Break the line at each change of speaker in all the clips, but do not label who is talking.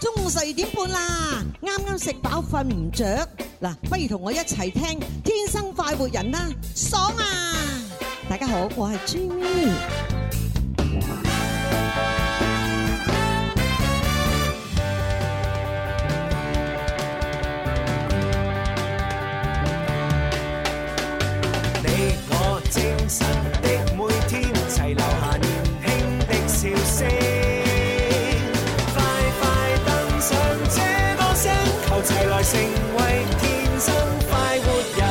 到十二點半啦，啱啱食飽瞓唔着，嗱，不如同我一齊聽《天生快活人》啦，爽啊！大家好，我係 Jimmy。
你我精神的每天，齊留下年輕的笑聲。快快登上這歌聲，求齊來成為天生快活人。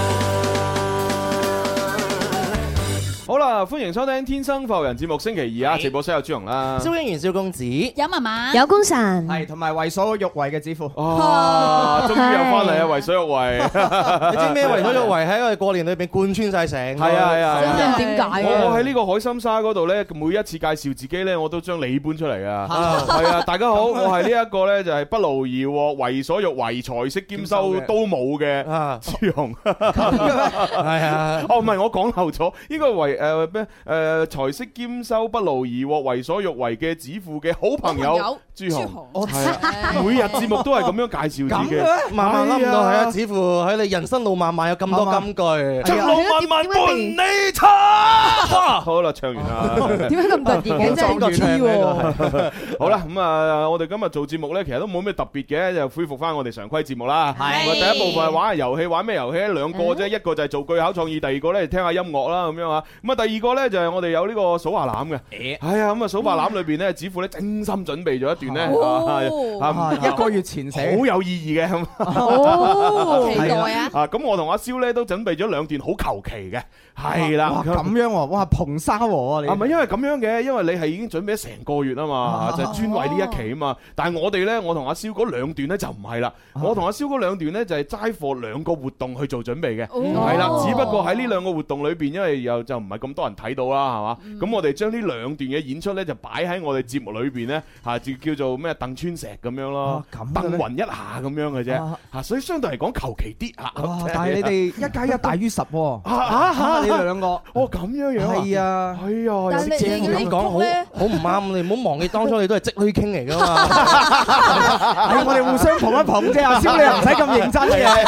好啦，歡迎收聽《天生浮人》節目，星期二啊，直播室有朱紅啦。
蕭英元、蕭公子，係
有文文，
有功臣，
同埋為所欲為嘅指父。
哦，終於又翻嚟啊，為所欲為。
你知咩為所欲為喺我哋過年裏邊貫穿晒成個？
係啊係啊
真
係啊
係唔點解嘅
我我喺呢個海心沙嗰度咧，每一次介紹自己咧，我都將你搬出嚟噶。係啊，大家好，我係呢一個咧就係不勞而獲、為所欲為、財色兼收都冇嘅
啊，
朱紅。
係啊，
哦，唔係我講漏咗，應該為誒咩誒財色兼收、不勞而獲、為所欲為嘅指父嘅好朋友朱紅。
我
我
係啊每日節目都係咁樣介紹自己。
萬萬諗唔
哎
到係啊，似乎喺你人生路漫漫有咁多金句。
長路漫漫伴你唱。好啦，唱完 啦。
點解咁突然嘅？真係唔知喎。
好啦，咁啊，我哋今日做節目咧，其實都冇咩特別嘅，就恢復翻我哋常規節目啦。
係
咁啊第一部分係玩下遊戲，玩咩遊戲咧？兩個啫，一個就係做句口創意，第二個咧聽下音樂啦，咁樣啊。咁啊，第二個咧就係我哋有呢個數下籃嘅。係啊，咁啊數白欖裏邊咧，子富咧精心準備咗一段咧，
哦
啊啊
一個月前
好
寫，
有意義嘅咁
哦，期待啊！
啊！咁我同阿蕭咧都準備咗兩段好求其嘅，係啦。
樣喎，哇，蓬沙和啊
啊，唔係因為咁樣嘅，因為你係已經準備咗成個月啊嘛，就專為呢一期啊嘛。但係我哋呢，我同阿蕭嗰兩段呢就唔係啦。我同阿蕭嗰兩段呢就係齋貨兩個活動去做準備嘅，係啦。只不過喺呢兩個活動裏邊，因為又就唔係咁多人睇到啦，係嘛。咁我哋將呢兩段嘅演出呢，就擺喺我哋節目裏邊呢，嚇就叫做咩鄧川石咁樣咯，
啊咁
鄧
嘅咩
雲一下咁樣嘅啫
啊
嚇，所以相對嚟講求其啲嚇。
哋一加一大於十喎，
哦
嚇嚇嚇
你哋兩個
哦咁樣樣
係啊。
係啊
但，係
正
你你
咁
你
講好
曲咧，
好唔啱，你 唔好忘記當初你都係積女傾嚟噶嘛。我哋互相捧一捧啫，阿蕭你又唔使咁認真嘅，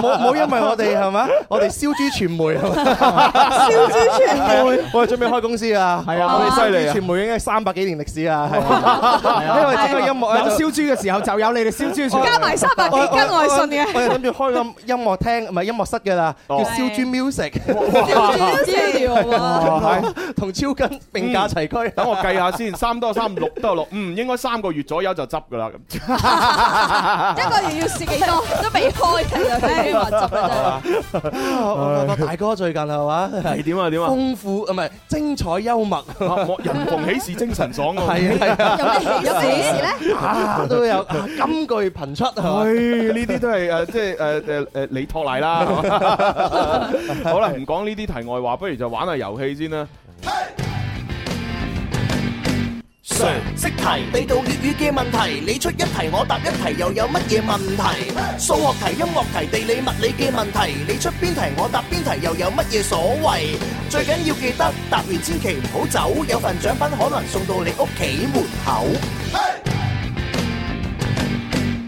冇冇因為我哋係嘛，我哋燒豬傳媒係嘛，燒豬傳媒， 我哋準備開公司啊，係
啊
我哋
哇犀利啊
燒豬傳媒應該三百幾年歷史啊，係啊，因為整個音樂有燒豬嘅時候就有你哋燒豬傳
加埋三百幾斤外信嘅，
我哋諗住開個音樂廳，唔係音樂室㗎啦，叫
哦
燒豬 music，
哇係嗯
同超筋並駕齊驅。
等我計下先，三多三，六多六，嗯，應該三個月左右就執噶啦。咁
一個月要試幾多都未開嘅，真係 真係。
我發覺大哥最近係嘛？
係點啊點啊，
豐富啊，唔係精彩 幽默，
啊我人逢喜事精神爽啊！
係啊係啊，
有咩有咩事咧？
啊都有啊金句頻出係嘛？
係呢啲都係呃誒，即係誒誒誒，你托賴 啦。係嘛好啦，唔講呢啲題外話，不如就玩下遊戲先啦。
常識題，地道粵語嘅問題，你出一題我答一題，又有乜嘢問題？數學題、音樂題、地理、物理嘅問題，你出邊題我答邊題，又有乜嘢所謂？最緊要記得答完千祈唔好走，有份獎品可能送到你屋企門口。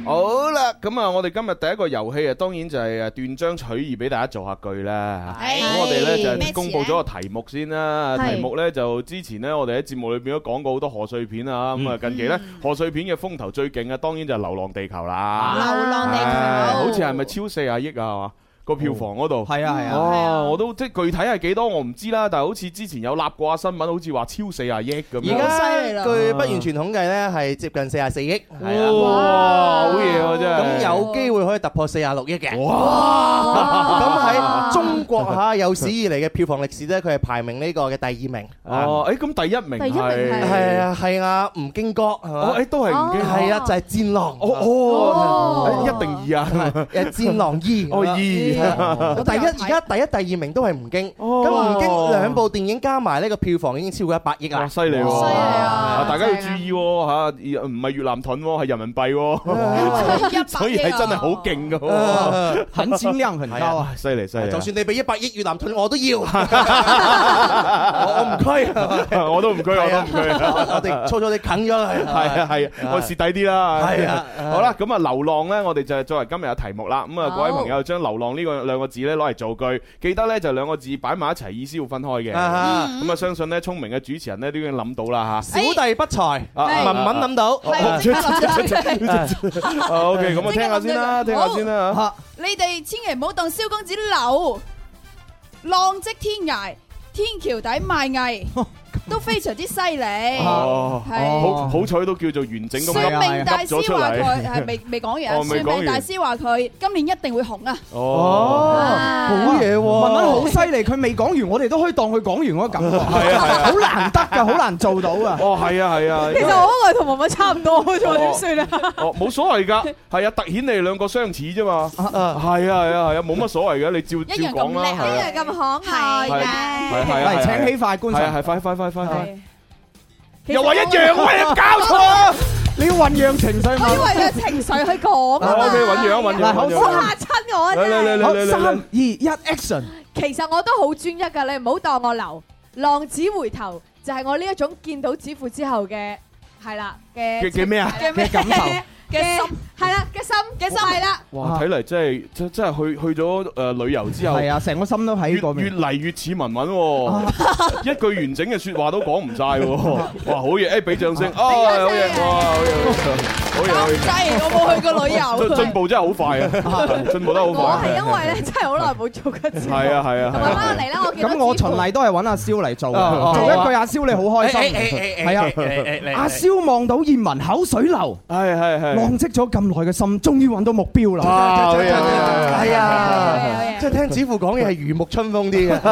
好啦，咁啊，我哋今日第一個遊戲啊，當然就係誒斷章取義俾大家做下句啦。咁我哋咧就公佈咗個題目先啦。
啊係
題目咧就之前咧，我哋喺節目裏邊都講過好多賀歲片啊。咁啊，
嗯
近期咧賀歲片嘅風頭最勁嘅，當然就係《流浪地球》啦。
流浪
唉好似係咪超四啊億啊？係嘛個票房嗰度。
係啊係啊，
哦，我都即係具體係幾多我唔知啦，但係好似之前有立過下新聞，好似話超四啊億咁樣。
而家據不完全統計咧係接近四十四億，係啊，
哇，好嘢啊真係。
咁有機會可以突破四十六億嘅。
哇
咁喺中國嚇有史以嚟嘅票房歷史咧，佢係排名呢個嘅第二名。
哦，誒咁第一名
第一名
係
係
係啊係啊，吳京哥係
哦，
嘛？
誒都係唔驚。
係啊，就係戰狼。
哦哦，
哦
誒一定二啊。
誒，戰狼 二。
哦，二
係嘛
二啊
我第一而家第一、第二名都係吳京，
哦
咁吳京兩部電影加埋呢個票房已經超過一百億
哇，
啦。
犀利喎！
犀利啊
大家要注意喎嚇，唔係越南盾喎，係人民 幣喎，
哦
所以係真係好勁㗎喎！
呃
含金量很高啊！
哇，犀利犀利！
就算你俾一百億越南盾我都 要，我我唔拘，
啊 我都唔拘，我都唔拘。
啊
啊
我哋粗粗哋啃咗佢。
係啊係啊，我蝕底啲啦。
係啊
好啦，咁啊流浪咧，我哋就係作為今日嘅題目啦。咁啊，
好
各位朋友將流浪呢個兩個字咧攞嚟造句，記得咧就兩個字擺埋一齊，意思要分開嘅。
啊哈
咁啊，相信咧聰明嘅主持人咧都已經諗到啦嚇。
小弟不才，
啊
文文諗到。
係即刻諗出嚟。
O K，咁啊，聽下先啦，聽下先啦嚇。
你哋千祈唔好當蕭公子流，浪跡天涯，天橋底賣藝都非常之犀利。
哦，
係
好好彩都叫做完整咁
算
噏
命大
咗
師
出
話
嚟。
佢係未未講
哦未
完，算
講完
命大師話佢今年一定會紅啊！啊
哦，
好嘢喎！
文文好犀利，佢未講完，我哋都可以當佢講完嗰個感覺，係啊，好難得㗎，好難做到啊！
哦，係啊，係啊。因為
嗰個同文文差唔多， 仲
點
算啊？
哦，冇所謂 㗎，係啊，突顯你哋兩個相似啫嘛。
啊
係啊，係啊，係啊，冇乜所謂嘅，你照
一樣
照
咁
講
叻，
啦，係啊。
一樣咁可愛
係係係啊
嚟
係啊
請起法官
係啊，
上，
係快 快快快快！
嘅。
又話一樣喂，你有冇搞錯啊！
你要醖釀情緒
我以
嘛？
為佢情緒去講啊嘛。
我哋醖釀醖釀
醖釀
我嚇親我啊
嚟嚟
真係
嚟嚟
好，
嚟嚟
三二一，action！
其實我都好專一㗎，你唔好當我流。浪子回頭就係我呢一種見到子父之後嘅係啦嘅
嘅嘅咩啊？
嘅
嘅感受
嘅心係啦嘅心嘅心係啦，
哇，睇嚟真係真真係去去咗誒旅遊之後
係。啊，成個心都
越
喺嗰
越
邊。啊
嚟越似文文喎， 一句完整嘅説話都講唔晒喎，哇好嘢！誒俾掌聲，啊好嘢，哇好嘢，好嘢，好嘢，
真係我冇去過旅遊。
進進步真係好 快啊，進步得好
我係
快，
因為咧真係好耐冇做過節目，
係啊係啊係
慢
啊，
Ờ.
慢嚟啦，我見到
咁我
子父
循例都係揾阿蕭嚟做
啊
Ờ,
嘅，做一句阿蕭你好開心。係啊，阿
係啊，
蕭望到燕文口水流，
係係係，
浪跡咗咁耐嘅心，終於揾到目標
啊
啦。
好嘢好嘢，
係
好嘢
啊，即係聽子父講嘢係如沐春風 啲嘅，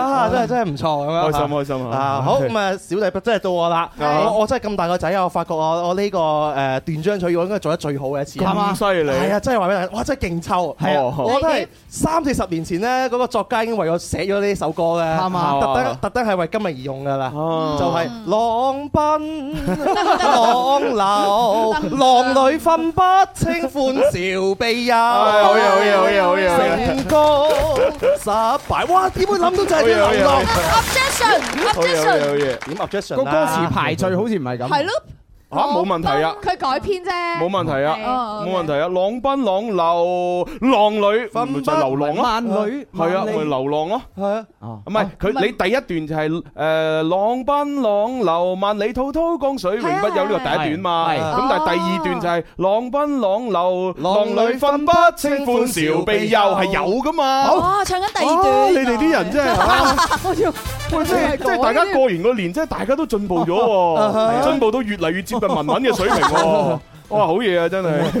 啊真係真係唔錯咁樣。
開心開心
啊！ 好咁啊，小弟不真係到我啦。我我真係咁大個仔啊，我發覺我我呢個誒斷章取義，我應該做得最好嘅一次。
咁
咁犀利，
係啊，真係話俾你聽，哇！真係勁抽。
係啊
哦
我覺得係三四十年前咧，嗰個作家已經為我寫咗呢首歌嘅，
啱啊
特登特登係為今日而用㗎啦。
哦
就係浪奔 浪流，浪裏分不清歡笑悲憂。
哎好嘢好嘢好嘢好嘢好嘢
成功失敗，哇！點會諗到就係啲
好嘢
流
好
浪
嘢？好嘢好嘢好
Objection，objection，
嘢，
點 objection
個歌詞
啊
排序好似唔係咁。
係咯，
嚇冇問題啊，
佢改編啫，
冇問題啊。
哦
冇問題啊！浪奔浪流浪女，
分
咪就係流浪咯，
萬女
係啊，
萬
咪
里
流浪咯。
係啊
啊
唔係佢，你第一段就係誒浪奔浪流萬里滔滔江水永不休呢個第一段嘛，
係係
咁但係第二段就係浪奔浪流浪
浪
裏分
裏分
不
不
清歡
清歡
笑
笑
悲
悲
憂
憂
係有噶嘛。
哦，唱緊第二
啊
段。
你哋啲人 真係啊，喂即係即係大家過完個年，真係大家都進步咗喎，進步到越嚟越接近文文嘅水平喎。哇，好嘢啊，真係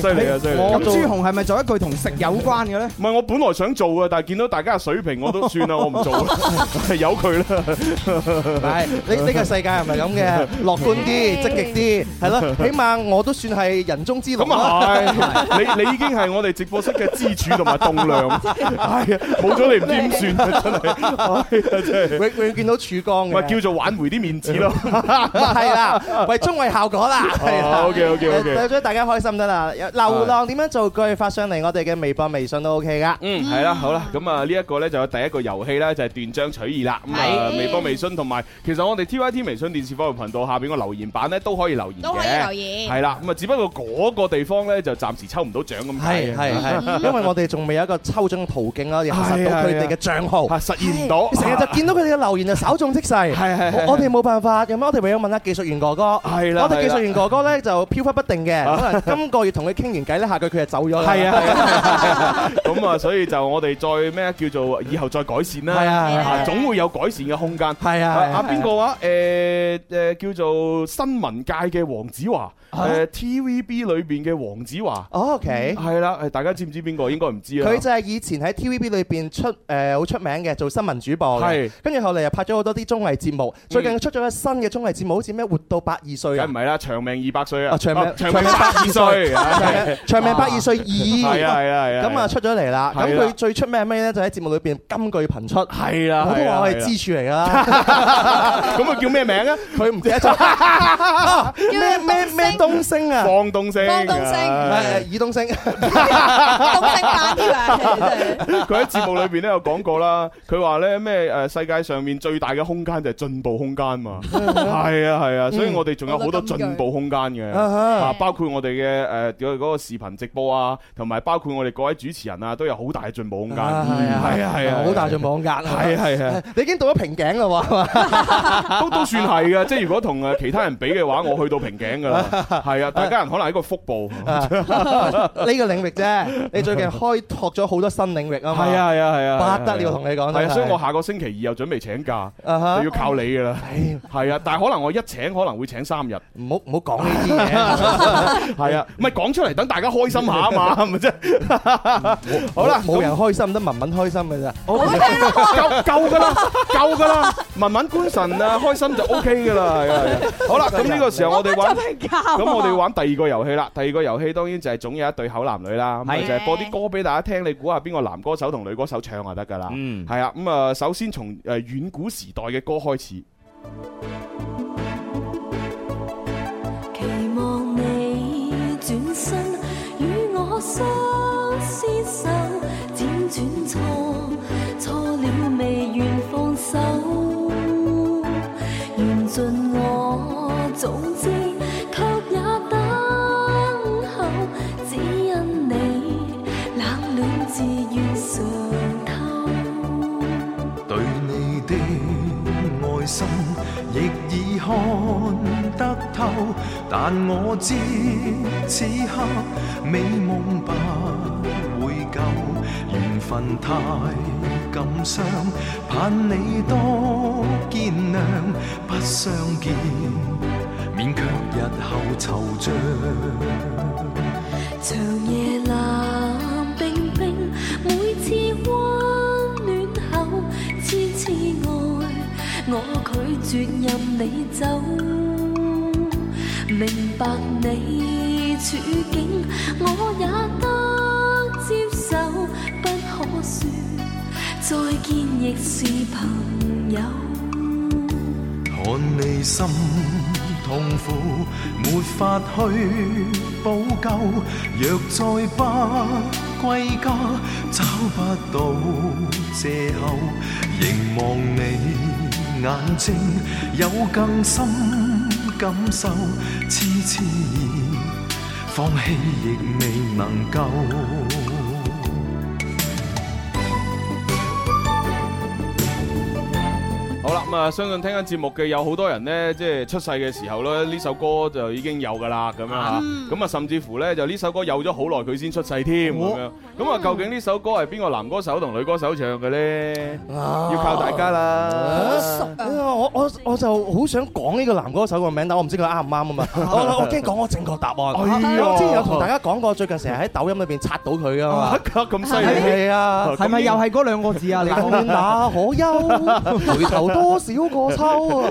犀利啊，犀利！
咁朱紅係咪做一句同食有關嘅咧？
唔係我本來想做嘅，但係見到大家嘅水平，我都算 啦，我唔做 啦，由佢啦。
係呢呢
Ừ.
個世界係咪 咁嘅？樂觀啲，積極啲，係咯。起碼我都算係人中之龍
咁
啦。
啊係，你你已經係我哋直播室嘅支柱同埋棟 梁，係啊，冇咗你唔知點算啊，真係， 係啊真係，
永永遠見到曙光
咪
嘅，
叫做挽回啲面子 咯。
係啦，為中衞效果啦。係啦
OK，OK，OK
誒所以大家開心得啦。有流浪點樣做句發上嚟，我哋嘅微博、微信都 OK 噶。
嗯，係啦，好啦，咁啊呢一個咧就有第一個遊戲啦，就係斷章取義啦。咁啊，微博、微信同埋其實我哋 T Y T 微信電視科育頻道下邊個留言版咧都可以留言嘅，
都可以留言
係啦，咁啊只不過嗰個地方咧就暫時抽唔到獎咁解
係
嘅
係係，因為我哋仲未有一個抽獎途徑啦，核實到佢哋嘅帳號。
啊嚇實現唔到，
成日就見到佢哋嘅留言就稍縱即逝，
係係係
我我哋冇辦法咁，我哋唯有問下技術員哥哥。
係啦
我哋技
係啦
術員哥哥咧就飄忽不定嘅，可能今個月同佢傾完偈咧，下個月佢就走咗啦。
係啊，係啊，咁啊，所以就我哋再咩啊叫做以後再改善啦。
係啊係啊
啊，總會有改善嘅空間。
係啊，
啊，邊個話？誒誒，叫做新聞界嘅黃子華，誒 TVB 裏邊嘅黃子華，
啊哦？OK，
係啦，誒大家知唔知邊個？應該唔知啊啦。
佢就係以前喺 TVB 裏邊出誒好出名嘅，做新聞主播嘅
係。嗯
跟住後嚟又拍咗好多啲綜藝節目，最近出咗一個新嘅綜藝節目，好似咩活到百二歲
梗
啊
唔！係啦，長命二百歲啊！
啊，長命
長命百二歲
長命長命百二歲二，
係啊係啊係啊
咁啊出咗嚟啦。咁
係啦
佢最出名係咩咧？就喺節目裏邊金句頻出，
係啦
我都
係啦
話我係
係啦
支柱嚟㗎啦。
咁佢叫咩名啊？
佢唔 記得咗咩咩咩東升啊！
放東星，
放東星
誒
係
爾東升，
佢喺節目裏邊咧有講過啦，佢話咧咩誒世界上面最大嘅空間就係進步空間 嘛，係啊係啊，
嗯
所以我哋仲有好多進步空間嘅，啊包括我哋嘅誒嗰個視頻直播啊，同埋包括我哋各位主持人啊，都有好大嘅進步空間，係啊係啊，
好大進步空間。
係啊係 啊，
你已經到咗瓶頸啦喎，係嘛
都 都算係嘅，即係如果同誒其他人比嘅話，我去到瓶頸㗎 啦，係啊，大家人可能喺個腹部，
啊呢個領域啫，你最近開拓咗好多新領域啊嘛。
係啊係啊係啊，
不得了同你講
係
真
啊，
係
所以我下個星期二又準備請假。
啊哈
就要靠你噶啦，係啊，但係可能我一請可能會請三日，
唔好唔好講呢啲嘢，
係啊，唔係講出嚟等大家開心下啊嘛，係咪啫？
好啦，冇人開心，得文文開心嘅咋。
夠夠噶啦，夠噶啦，文文官神啊，開心就 O K 噶啦，係啊，係啊好啦，咁呢個時候我哋 玩，
啊
咁我哋玩第二個遊戲啦，第二個遊戲當然就係總有一對口男女啦，咁啊就係播啲歌俾大家聽，你估下邊個男歌手同女歌手唱就得噶啦，
嗯
係啊，咁啊首先從誒遠古時代嘅歌開始，
期望你轉身與我相廝守，輾轉錯錯了未願放手，緣盡我總知，卻也等候，只因你冷暖自願上透。
對你的愛心亦已看得透，但我知此刻美夢不會夠，緣分太感傷，盼你多見諒，不相見，免卻日後惆悵。
長夜冷冰冰，每次溫暖後，痴痴愛，我拒絕任你走。明白你處境，我也得接受，不可說再見亦是朋友。
看你心痛苦，沒法去補救。若再不歸家，找不到藉口，凝望你眼睛，有更深感受，痴痴意放棄亦未能夠。
好啦，咁啊，相信聽緊節目嘅有好多人呢，即係出世嘅時候咧，呢首歌就已經有噶啦，咁樣啊，咁啊，甚至乎呢，就呢首歌有咗好耐佢先出世添，咁
嗯
樣。咁啊，究竟呢首歌係邊個男歌手同女歌手唱嘅呢？
啊
要靠大家啦。
哎我我我就好想講呢個男歌手個名，但我唔知佢啱唔啱 啊嘛。我我驚講我正確答案。
哎呀
我之前有同大家講過，最近成日喺抖音裏邊刷到佢噶嘛。
啊咁犀利，
係啊，
係咪又係嗰兩個字啊？你
冷
講
暖那可 憂，回頭多少個秋啊！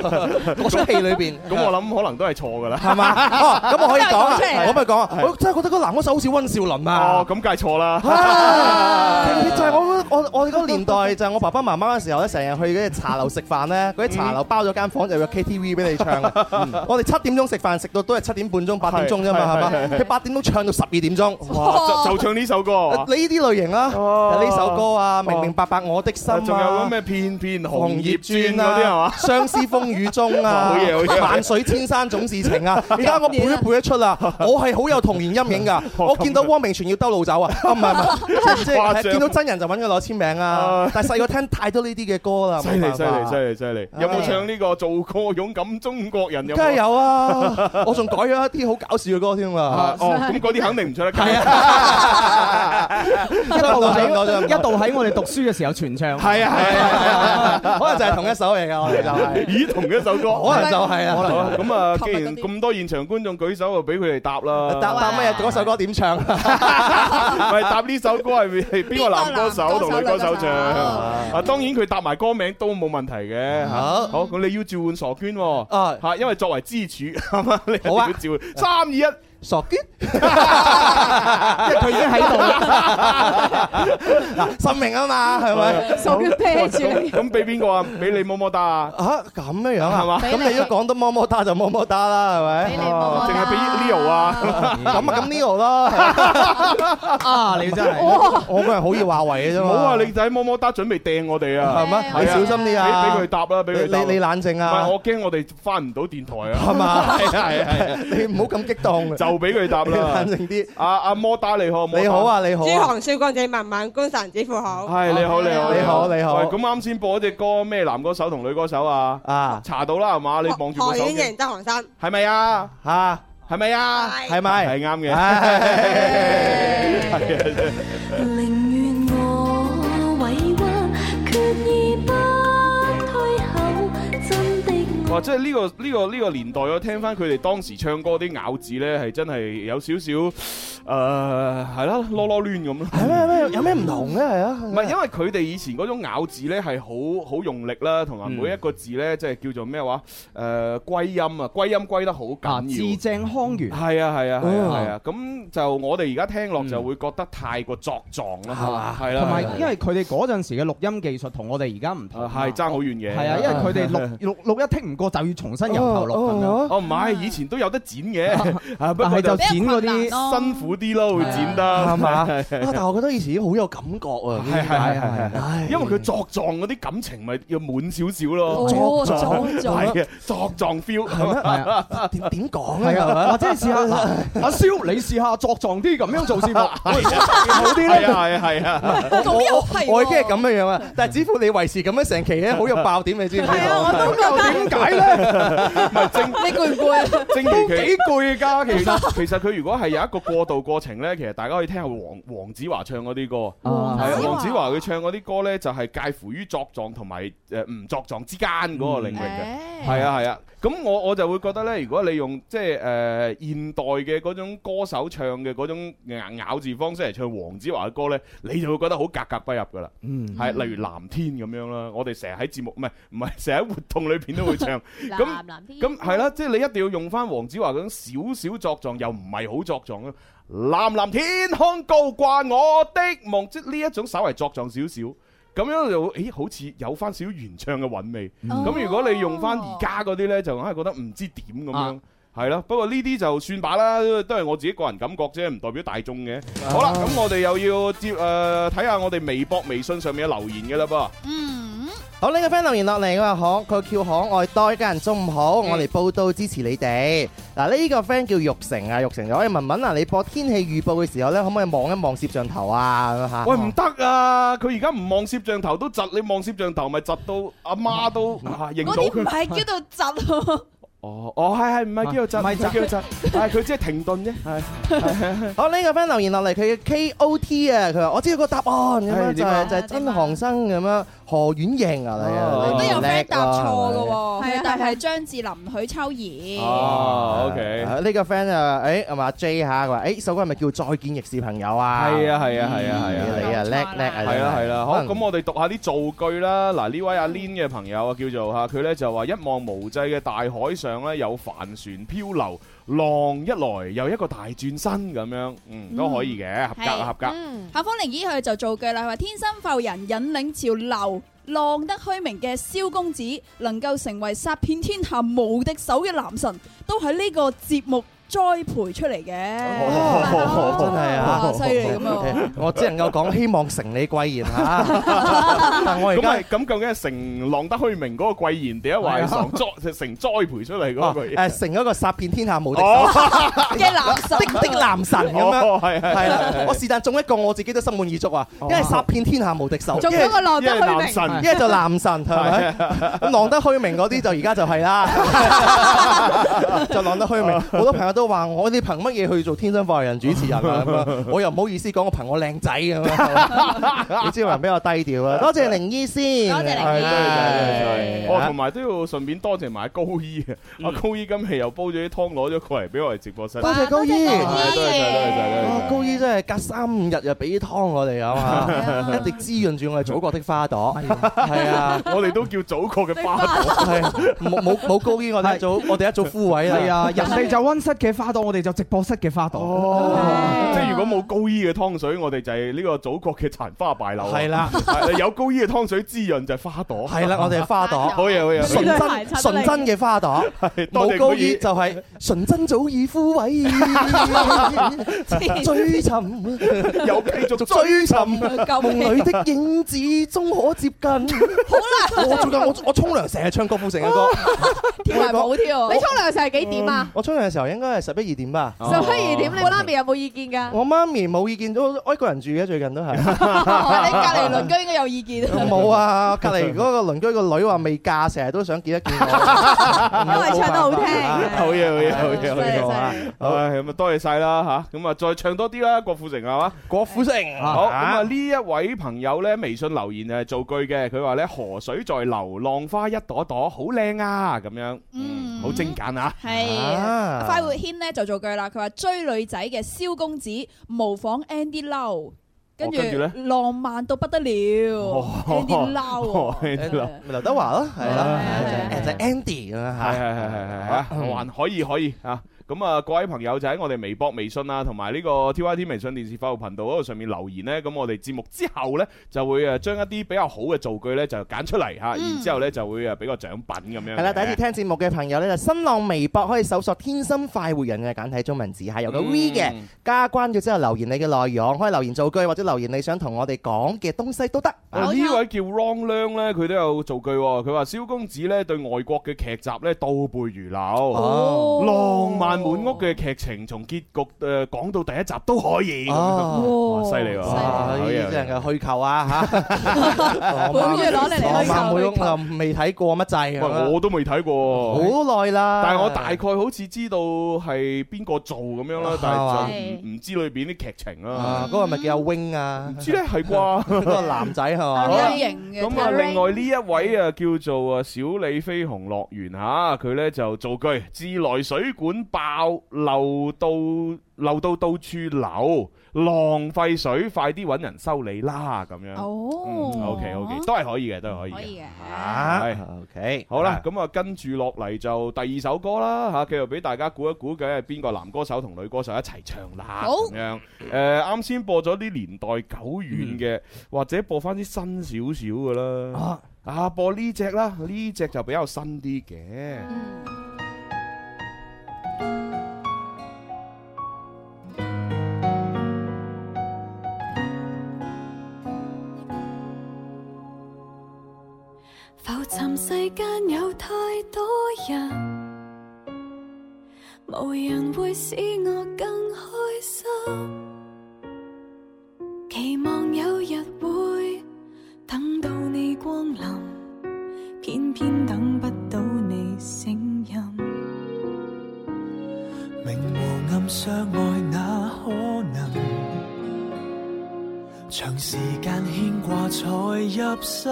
嗰出戲裏邊。
咁我諗可能都係錯噶啦。
係嘛？哦，咁我可以講啊
真係講出嚟啊，
我咪講啊，我真係覺得嗰個男歌手好似温兆倫啊
哦，。咁梗係錯啦。
啊就係我我我哋嗰個年代，就係我爸爸媽媽嘅時候咧，成日去嗰啲茶樓食飯
嗯
咧，嗰啲茶樓包咗間房就有 KTV 俾你唱。嗯我哋七點鐘食飯，食到都係七點半鐘、八點鐘啫嘛，係
係係
嘛？佢八點鐘唱到十二點鐘。
哇，就就唱呢首歌啊。
你呢啲類型啦，
哦
呢首歌啊，明明白白我的心啊
仲有嗰咩片片紅葉轉嗰啲係
啊
嘛？，
相思風雨中啊
好嘢好，嘢
萬水千山總是 情啊！而家我背都背得出啦，我係好有童年陰影㗎。我見到汪明荃要兜路走啊，啊唔係 唔係，即
誇張
係見到真人就揾佢攞簽名 啊
啊。
但係細個聽太多呢啲嘅歌 啦，
犀
冇
利
辦
犀
法
利犀，利犀利！有冇唱呢個做過勇敢中國人？有
梗係
冇？
有啊！ 我仲改咗一啲好搞笑嘅歌添啊
啊！哦，咁嗰啲肯定唔唱得。係
啊 一度
一度喺我哋讀書嘅時候傳唱。
啊係啊係啊，可能就係同一首嚟㗎。㗎，我哋就係。
咦，同一首歌。
可能就係
好
啊。
啦咁啊，既然咁多現場觀眾舉手，就俾佢哋答啦。
答答乜嘢？嗰首歌點唱？啊
唔係答呢首歌係係邊個男歌手同女歌手唱？啊，當然佢答埋歌名都冇問題嘅。
嗯好
嚇好，咁你要召喚傻娟喎。
啊，
嚇，因為作為支柱，係嘛？你一定
好啊
要召喚。三二一，
傻 娟。
因為佢已經喺度啦。
嗱，生命啊嘛，係
Ờ.
咪？
傻娟啤住你。
咁俾邊個啊？俾你麼麼噠啊？
啊，咁樣樣啊，
係嘛
咁你都講得麼麼哒就麼麼哒啦，哦係咪？
Ờ,
淨係俾 Leo
à.
啊？
咁啊，咁 Leo 咯，
啊，你真係。
我個人好易話為嘅啫
唔
嘛。
好啊！你仔麼麼噠準備掟我哋啊！
係咪？
係啊
你小心啲
俾
啊！
俾佢答啦，俾佢答啦
你你你冷靜
唔
啊！
係我驚我哋翻唔到電台啊！
係嘛？
係啊係啊係啊，
你唔好咁激動，
就俾佢答
你冷
啦。
靜啲。
阿阿摩打你好，摩打
你好！啊，你好
朱
啊，
紅、小公子、文文、官神、子父好。
係你 好你好
你好你好
喂咁啱先播嗰只歌咩男歌手同女歌手啊？
啊
查到啦係嘛？你望住部
何
手
婉
機
瑩、周航生。
係咪啊？
嚇，
係咪啊？
係咪？
係啱嘅。
唉
係啊
寧願我委屈，決意不退後，真的我。
哇！即係呢個呢個呢個年代，我聽翻佢哋當時唱歌啲咬字咧，係真係有少少誒係啦，囉囉攣咁咯。
係咩咩？有咩唔同咧？係啊，
唔係，因為佢哋以前嗰種咬字咧係好好用力啦，同埋
嗯
每一個字咧即係叫做咩話誒歸音啊，歸音歸得好
啊，字
緊要。
正腔圓。
係啊係啊係啊
哦
係啊，咁就我哋而家聽落就
嗯
會覺得太過作狀啦，
係嘛
係啦，
同埋
係啦，
因為佢哋嗰陣時嘅錄音技術同我哋而家唔同。
啊係爭好遠嘅。
係啊，因為佢 哋錄錄錄一剔唔過就要
哦
重新由頭錄啊咁樣。
哦唔係，以前都有得剪嘅， 啊不
但係
過
就
就
剪嗰啲
辛苦啲咯，會剪得
係嘛？啊，
係
但係我覺得以前已經好有感覺啊，
係係係係，
唉
因為佢作狀嗰啲感情咪要滿少少咯，
哦
係嘅，作狀 feel。
係啊，
點點講
係
咧？
哦
啊，或者係試 下嗱阿蕭，你試下作狀啲咁樣做節目，
好啲咧，啊係啊係啊，
咁又係喎
我已經係咁樣樣啊，但係只乎你維持咁樣成期咧，好有爆點，你知唔知道？
係啊，我都覺得。
點解咧？
唔係正
你攰唔攰啊？
正如佢。
攰㗎，
其實其實佢如果係有一個過渡過程咧，其實大家可以聽下黃黃子華唱嗰啲歌，
啊
係啊，黃子華佢唱嗰啲歌咧就係介乎於作狀同埋誒唔作狀之間嗰
嗯
個領域嘅。係啊係啊，咁我我就會覺得咧，如果你用即係誒、呃、現代嘅嗰種歌手唱嘅嗰種咬咬字方式嚟唱黃子華嘅歌咧，你就會覺得好格格不入噶啦。
嗯，
係例如藍天咁樣啦，我哋成日喺節目唔係唔係 成日喺活動裏邊都會唱。咁咁係啦，即係你一定要用翻黃子華嗰種少少作狀，又唔係好作狀咯。啊藍藍天空高掛我的夢，即係呢一種稍為作狀少少，咁樣就誒好似有翻少少原唱嘅韻味。咁、如果你用翻
哦
而家嗰啲呢，就硬係覺
"Ừ,
得唔知點咁樣。係啦，不過呢啲就算把啦，都係我自己個人感覺啫，唔代表大眾嘅。好啦，咁我哋又要接誒睇、下我哋微博、微信上面嘅留言嘅啦噃。
嗯，
好呢個 friend 留言落嚟，佢話可佢叫可愛多一家人中午好，
嗯
我嚟報道支持你哋。嗱呢個 friend 叫玉成啊，玉成就可以問問啊，你播天氣預報嘅時候咧，可唔可以望一望攝像頭啊？咁嚇
喂，唔得啊！佢而家唔望攝像頭都窒，你望攝像頭咪窒到阿媽都啊認
嗰
到
啲
佢。
唔係叫做窒啊，
哦哦，係係，唔係叫做窒，唔係叫做窒，係佢只係停頓啫。係
好呢個 friend 留言落嚟，佢嘅 K O T 啊，佢話我知道個答案咁樣
係
就
點啊
係就係真韓生咁樣何婉瑩啊，你啊
哦
你
都有
叻喎
friend 答錯嘅
係啊係
喎，
啊
但係張智霖、許秋怡，
哦
係
，OK，
啊呢個 friend 啊，誒係嘛 J 下佢話誒首歌係咪叫再見亦是朋友啊？
係啊係啊係啊係啊。
你啊叻叻啊！
係啦係啦，好
可能
咁我哋讀下啲造句啦。嗱呢位阿 Lin 嘅朋友啊，叫做嚇佢呢就話一望無際嘅大海上呢，有帆船漂流，浪一來又一個大轉身咁樣，嗯都可以嘅，合格啊
係嗯
合格。
夏方玲姨佢就做句啦，佢話天生浮人引領潮流。浪得虛名嘅蕭公子，能夠成為殺遍天下無敵手嘅男神，都喺呢個節目栽培出嚟
哦
嘅，
真係啊，
哇犀利咁啊！
我只能夠講希望成你貴 言嚇，但我而
咁
家
係咁究竟係成浪得虛名嗰個貴言，定一話係成栽成栽培出嚟嗰個貴言？
誒呃成咗個殺遍天下無敵手
嘅男神
哦 的的男神咁樣。
哦，係係
係啦，我是但中一個我自己都心滿意足啊！一係殺遍天下無敵手，
仲有一個浪
哦因
得
為
虛
男
名，
神
一係就男神，係咪？
哦
咁浪得虛名嗰啲就而家就係啦，就浪得虛名。好多朋友都都話我哋憑乜嘢去做天生快人主持人啊？咁樣我又唔好意思講我憑我靚仔咁 樣，你知人比較低調啊。多謝靈醫先，多謝
係多謝
啊
晒，多謝晒哦，同埋都要順便多謝埋高醫嘅，阿高醫今期又煲咗啲湯攞咗過嚟俾我哋直播室。
嗯多謝高醫，
係多謝晒多謝晒多謝晒
哇高醫真係隔三五日就俾湯我哋啊嘛，一直滋潤住我哋祖國的花朵。係啊，
我哋都叫祖國嘅花朵。
係啊冇冇冇高醫，我哋一早我哋一早枯萎啦。
係啊，人哋就温室嘅花朵，我哋就直播室嘅花朵。
哦
啊
即係如果冇高醫嘅湯水，我哋就係呢個祖國嘅殘花敗柳啊。
係啦
係有高醫嘅湯水滋潤就係花朵。
係啦，我哋係花朵，
好嘢好嘢
純
好
真
嘢
純真嘅花朵，
多謝
冇高
高醫
醫就係純真早已枯萎，追尋
又繼續
追尋
Ờ,
救命
夢裏的影子，終可接近。好啦，我最近我我沖涼成日唱郭富城嘅歌，
跳埋舞跳啊。你沖涼嘅時候係幾點啊？
我沖涼嘅時候應該係十一二點吧。
哦
十一二點，你媽咪有冇意見㗎？
我媽咪冇意見，都我一個人住嘅最 近都係。
哦你隔離鄰居應該有意見。
冇啊！隔離嗰個鄰居個女話未嫁，成日都想見一見我。
因為唱得好聽。
好嘢好嘢好嘢好
犀利
嘢
犀利
啊！唉，咁啊多謝晒啦吓，咁啊再唱多啲啦，郭富城係嘛？
郭富城
好咁啊呢一位朋友咧，微信留言誒造句嘅，佢話咧河水在流，浪花一朵朵，好靚啊咁樣，嗯，好精簡啊。
係
啊
快活軒咧就做句啦，佢話追女仔嘅蕭公子模仿 Andy Lau，跟住
跟住呢
浪漫到不得了，Andy Lau
哦
啊。
Andy Lau
咪劉德華咯，係啦，就係 Andy 咁樣
係
嚇。嗯
係係係係啊，還可以可以啊。咁啊，各位朋友就喺我哋微博、微信啊，同埋呢個 TYT 微信電視快活頻道嗰度上面留言呢。咁我哋節目之後呢，就會誒將一啲比較好嘅造句呢，就揀出嚟嚇，然之後呢，就會誒俾個獎品咁樣嘅。
係啦，第一次聽節目嘅朋友咧，就新浪微博可以搜索「天生快活人」嘅簡體中文字下有個 V 嘅，加關咗之後留言你嘅內容，可以留言造句或者留言你想同我哋講嘅東西都得。哦
啊呢位叫 Ron 亮咧，佢都有造句喎。佢話蕭公子咧對外國嘅劇集咧倒背如流，浪漫滿屋嘅劇情從結局誒講到第一集都可以。哇
哦
犀利喎！
哇！
好
呢
嘢
啲真係虛構啊嚇，浪
本月攞嚟嚟
漫
虛
漫
構
每屋我又未睇過乜
喂，
滯咁樣，
我都未睇過，
好耐啦。
但係我大概好似知道係邊個做咁樣啦，但係就
係
唔唔知裏邊啲劇情啦。
啊，嗰個咪叫阿 wing 啊
唔，知咧係啩？
嗰個男仔係嘛？
Ờ.
好有型嘅。
咁啊，另外呢一位啊叫做啊小李飛鴻樂園嚇，佢呢就造句：自來水管爆漏到漏到到處流，浪費水，快啲揾人修理啦咁樣。
哦
o k OK，都係可以嘅，都係可以
可以
嘅。
嘅。
啊
係
，OK，
好啦，咁啊跟住落嚟就第二首歌啦嚇，繼續俾大家估一估嘅係邊個男歌手同女歌手一齊唱啦。
好
咁樣誒啱先播咗啲年代久遠嘅，或者播翻啲新少少嘅啦。
啊
啊，播呢只啦，呢只就比較新啲嘅。
浮沉世間有太多人，無人會使我更開心。期望有日會等到你光臨，偏偏等不到你聲音。
明無暗相愛那可能？長時間牽掛才入心，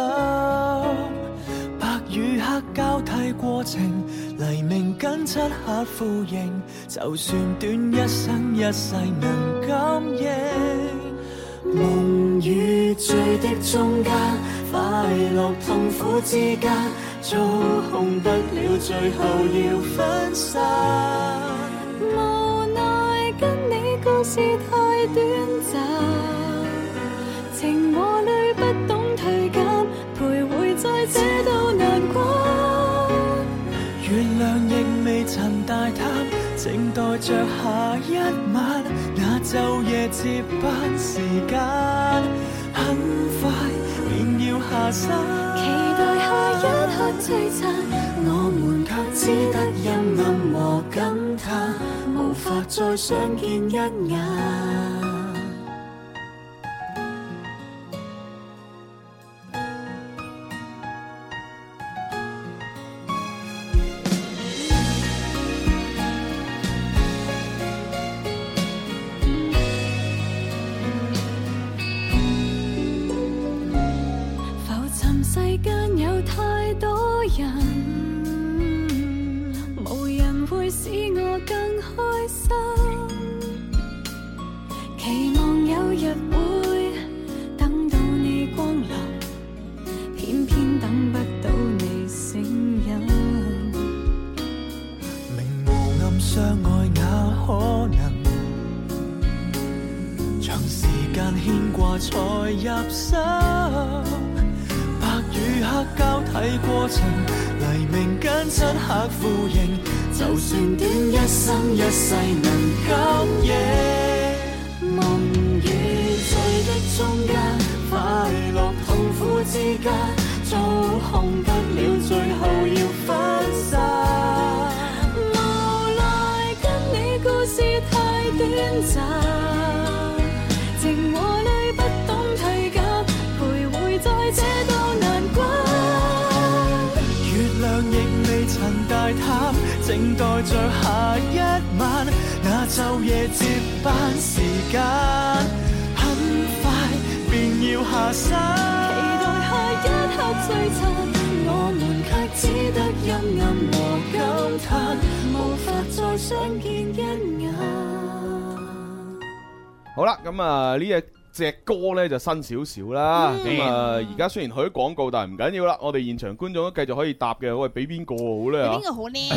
白與黑交替過程，黎明跟漆黑呼應。就算短一生一世能感應。
夢與醉的中間，快樂痛苦之間，操控不了，最後要分散。
無奈跟你故事太短暫，情和侶不懂退減，徘徊在這道難關。
月亮亦未曾大塌，靜待着下一晚，那晝夜接班時間，很快便要下山。
期待下一刻璀璨，我們卻只得陰暗和感嘆，無法再相見一眼。
愛也可能，長時間牽掛才入心。白與黑交替過程，黎明跟漆黑呼應。就算短一生一世能給應。
夢與醉的中間，
快樂痛苦之間，操控不了，最後要分散。
無奈跟你故事太短暫，情和理不懂退減，徘徊在這道難關。
月亮亦未曾大淡，靜待着下一晚，那晝夜接班時間，很快便要下山。
期待下一刻璀璨，我們卻只得陰暗和感嘆，無法再相見一眼。
好啦，咁啊呢一隻歌呢就新少少啦，咁啊而家雖然佢廣告，但係唔緊要啦，我哋現場觀眾都繼續可以答嘅，喂，俾邊個好呢？啊
邊個好呢？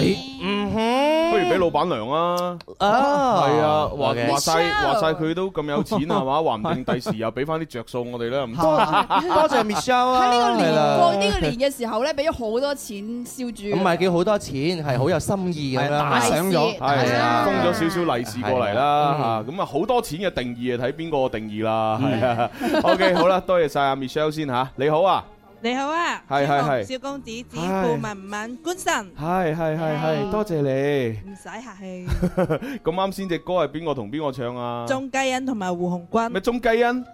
不如俾老闆娘啊！
啊
係啊，話
OK
話晒話晒佢都咁有錢係嘛，話唔定第時又俾翻啲着數我哋啦。
多謝 Michelle 啊，
喺呢個年過
係
呢
啦
個年嘅時候咧，俾咗好多錢燒住。
唔係叫好多錢，係好有心意咁樣，
打
賞咗
係啊，
啊
封咗少少利是過嚟啦嚇，咁啊好多錢嘅定義啊，睇邊個定義啦。係啊 OK，好啦，多謝晒阿 Michelle 先嚇，你好啊，
你好啊，
係係係
小公子子顧文文官神，
係係係係，多謝你。
唔使客氣。
咁啱先只歌係邊個同邊個唱
Ờ.
啊？
鐘嘉欣同埋胡鴻鈞，
咪鐘嘉欣，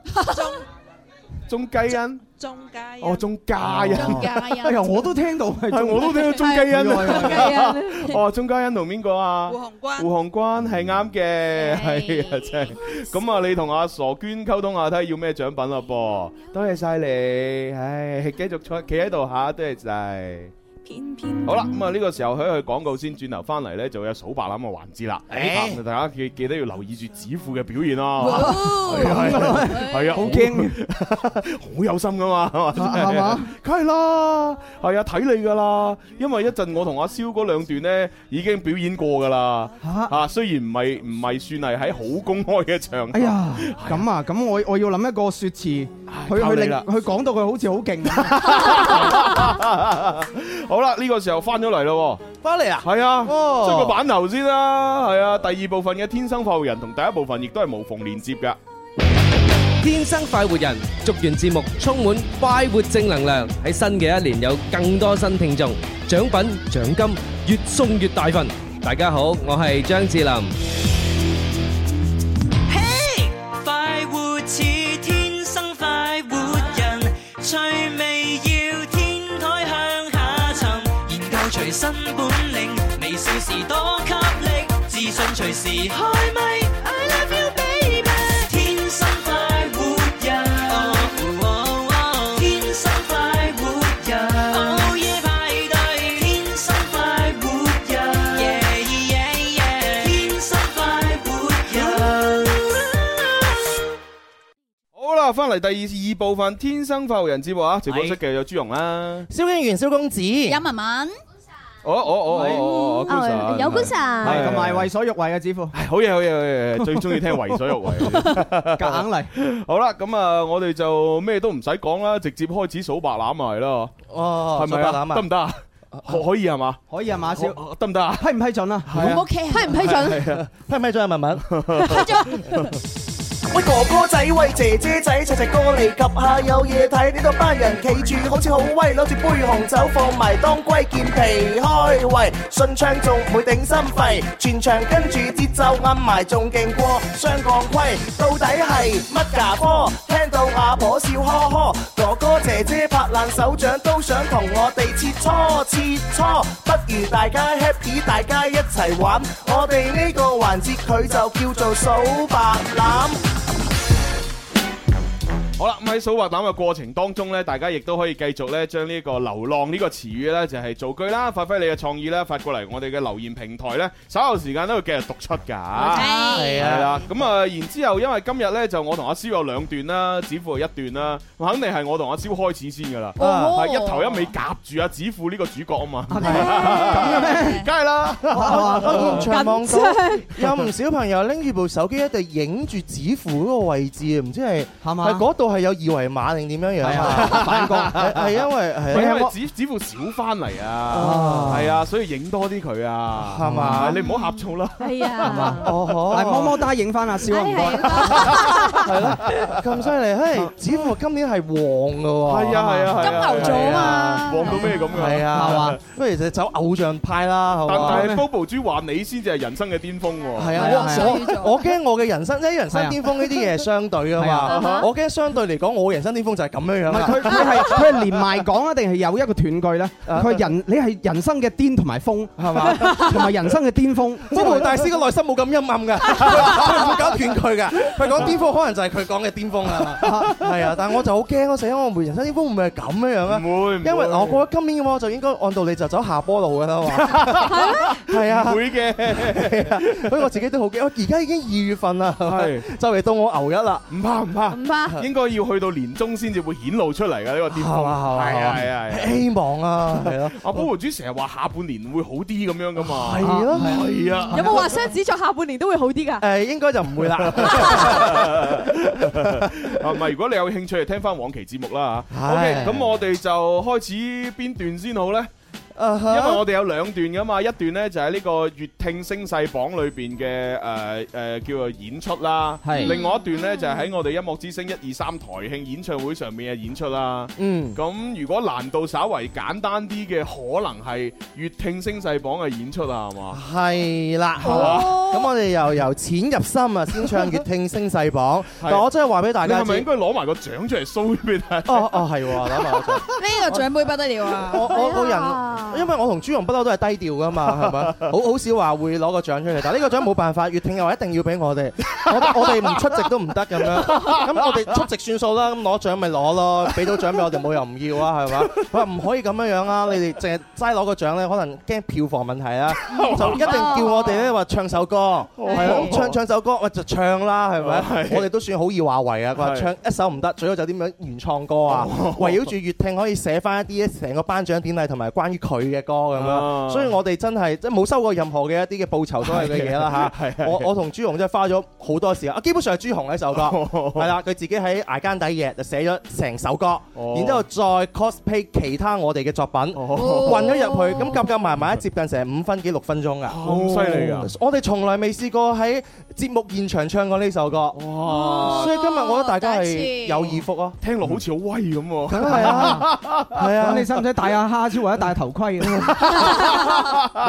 鐘嘉欣，
鐘嘉欣，
哦鐘嘉欣，
鐘嘉欣
哎呀我都聽 到係，啊我都聽到鐘嘉欣， 哦鐘嘉欣同邊個啊？
胡鴻鈞
胡鴻鈞係啱嘅， 係啊真係。咁啊，你同阿傻娟溝通下，睇下要咩獎品啦噃。多謝晒你，唉，繼續坐，企喺度嚇，多謝晒。好啦，咁啊呢個時候去去廣告先，轉頭翻嚟咧就有數白欖嘅環節啦。
誒
嚇大家記記得要留意住指父嘅表現啦。
哇
係啊係啊係啊，好驚， 好有心噶嘛，係
係嘛？
梗係啦，係啊，睇你噶啦，因為一陣我同阿蕭嗰兩段咧已經表演過噶啦，啊，雖然唔係唔係算係喺好公開嘅場合，
哎呀，咁啊，咁我我要諗一個説詞，佢
靠
佢
你
令
啦
佢講到佢好似好勁咁。
好啦，呢個時候翻咗嚟咯，
翻嚟啊，
係啊，
哦
出個版頭先啦，係啊，第二部分嘅天生浮人同第一部分亦都係無縫連接噶。
天生快活人，祝願節目充滿快活正能量，喺新嘅一年有更多新聽眾，獎品獎金越送越大份。大家好，我係張智霖。
快活似天生快活人，趣味要天台向下沉，研究隨身本領，微笑時多給力，自信隨時開咪。I love you baby，天生快活人，哦哦天生快活人，午夜派對，天生快活人，yeah yeah yeah，天生快活人。
好啦，翻嚟第二二部分《天生浮人》節目啊，直播室嘅有朱容啦，
蕭敬元、蕭公子，
有文文，
哦哦哦哦哦哦，官神
哦有官神
係同埋為所欲為啊，子富。
好嘢好嘢好嘢，最中意聽為所欲為。
夾硬
嚟。好啦，咁啊，我哋就咩都唔使講啦，直接開始數白欖咪係咯。
哦
係咪
數白欖
啊？
啊
得唔得啊？可可以係嘛？
可以啊，馬少
得唔得啊？
批唔批准啊？
啊
OK 啊？
批唔批
準
批唔批准啊？文文，
喂哥哥仔，喂姐姐仔，齊齊過嚟及下有嘢睇。呢度班人企住好似好威，攞住杯紅酒放埋當歸健脾開胃，順暢仲唔會頂心肺，全場跟住節奏暗埋仲勁過雙槓盔。到底係乜牙科？聽到阿婆笑呵呵，哥哥姐姐拍爛手掌都想同我哋切磋切磋，不如大家 happy，大家一齊玩。我哋呢個環節佢就叫做數白欖。
Hãy subscribe cho kênh Ghiền Mì Gõ Để không bỏ lỡ 好啦，咁喺啊數白膽嘅過程當中呢，大家亦都可以繼續呢將呢個流浪呢個詞語呢，就係造句啦，發揮你嘅創意啦，發過嚟我哋嘅留言平台呢，稍後時間都會繼續讀出㗎。係啦，咁啊，然之後因為今日呢，就我同阿蕭有兩段啦，子富有一段啦，肯定係我同阿蕭開始先㗎啦，
哦
係一頭一尾夾住阿子富呢個主角啊嘛。
梗
係啦，
我我現場望到
緊張
有唔少朋友拎住部手機喺度影住指符嗰個位置，唔知係
嘛
係嗰度係有二維碼定點樣樣
係啊反光
係係因為
唔
係
係因
啊
為指指父少翻嚟啊，係啊，所以影多啲佢啊，係
嘛
你唔好呷醋啦。
係啊，
哦
嚟麼麼哒影翻阿 蕭啊，唔該。
咁犀利，嘿！指符今年係旺嘅喎，
係啊係啊係啊金牛座啊
嘛，
旺到咩咁㗎
係啊，
係嘛
不如就走偶像派啦，好
但
嘛
但係 Bobo 豬話你先至係人生嘅巔峰喎。
啊係啊，我我我驚我嘅人生，因為人生巔峰呢啲嘢係相對噶
係
Uh-huh。
啊
嘛，我驚相對嚟講，我人生巔峰就係咁樣樣
唔係
啦。
佢佢係佢係連埋講啊，定係有一個斷句咧？佢係人你係人生嘅巔同埋峰係
嘛
同埋人生嘅巔峰。
波波大師嘅內心冇咁陰暗㗎，佢唔會搞斷佢㗎。佢講巔峰可能就係佢講嘅 巔峰啦，係啊。但係我就好驚嗰時，因為我人生巔峰會唔會係咁樣樣啊？
唔會，
因為我覺得今年嘅話，我就應該按道理就走下坡路㗎啦嘛。係啊，
唔會嘅。
係啊，所以我自己都好驚。我而家已經二月份啦，
係
就嚟到我牛一啦。
唔怕唔怕
唔怕
應該要去到年中先至會顯露出嚟嘅呢個巔峰。
係嘛係嘛
係啊係啊係啊。
希望 啊，係咯。
阿 Bobo 豬成日話下半年會好啲咁樣噶嘛。
係咯
係啊。
有冇話雙子座下半年都會好啲㗎？
誒，應該就唔會啦。
啊，唔係，如果你有興趣，就聽翻往期節目啦嚇。
係
OK，咁我哋就開始邊段先好呢？
因
Uh-huh.
為我哋有兩段噶嘛，一段呢就喺呢個粵聽聲勢榜裏邊嘅誒誒叫做演出啦，
係
另外一段呢就係喺我哋音樂之聲一二三台慶演唱會上面嘅演出啦。
嗯，
咁如果難度稍為簡單啲嘅，可能係粵聽聲勢榜嘅演出啊，係嘛？
係啦，好啊咁我哋又由淺入深啊， 先唱《粵聽聲勢榜》。
係
但我真係話俾大家
你係咪
知
應，該攞埋個獎出嚟 show 俾大家？
哦哦係喎，諗下我就
呢個長輩不得了啊！
我我個人，因為我同朱容不嬲都係低調噶 嘛，係咪？好好少話會攞個獎出嚟，但係呢個獎冇辦法，粵聽又話一定要俾我哋，我我哋唔出席都唔得咁 樣。咁我哋出席算數啦，咁攞獎咪攞咯，俾到獎俾我哋冇又唔要啊，係嘛？佢話唔可以咁樣樣啊，你哋淨係齋攞個獎咧，可能驚票房問題啊，就一定叫我哋咧話唱首歌，係啦，咁唱唱首歌，喂就唱啦，係咪？我哋都算好易話為啊，佢話
係
唱一首唔得，最好就點樣原創歌啊，圍繞住粵聽可以寫翻一啲成個頒獎典禮同埋關於佢嘅歌咁
啊
樣，所以我哋真係即係冇收過任何嘅一啲嘅報酬都係嘅嘢啦
係
嚇。
係
我我同朱紅真係花咗好多時間，啊基本上係朱紅呢首歌，
哦
係啦，佢自己喺捱更抵夜就寫咗成首歌，
哦
然之後再 cosplay 其他我哋嘅作品，
哦
混咗入去，咁夾夾埋埋接近成五分幾六分鐘㗎，
咁哦犀利㗎！
我哋從來未試過喺節目現場唱過呢首歌，
Ờ.
哇！
所以今日我覺得大家
第
係
一次
有耳福啊！
聽落好似好威咁喎。
梗係啊，係啊！
咁你使唔使戴下蝦超或者戴頭盔 啊？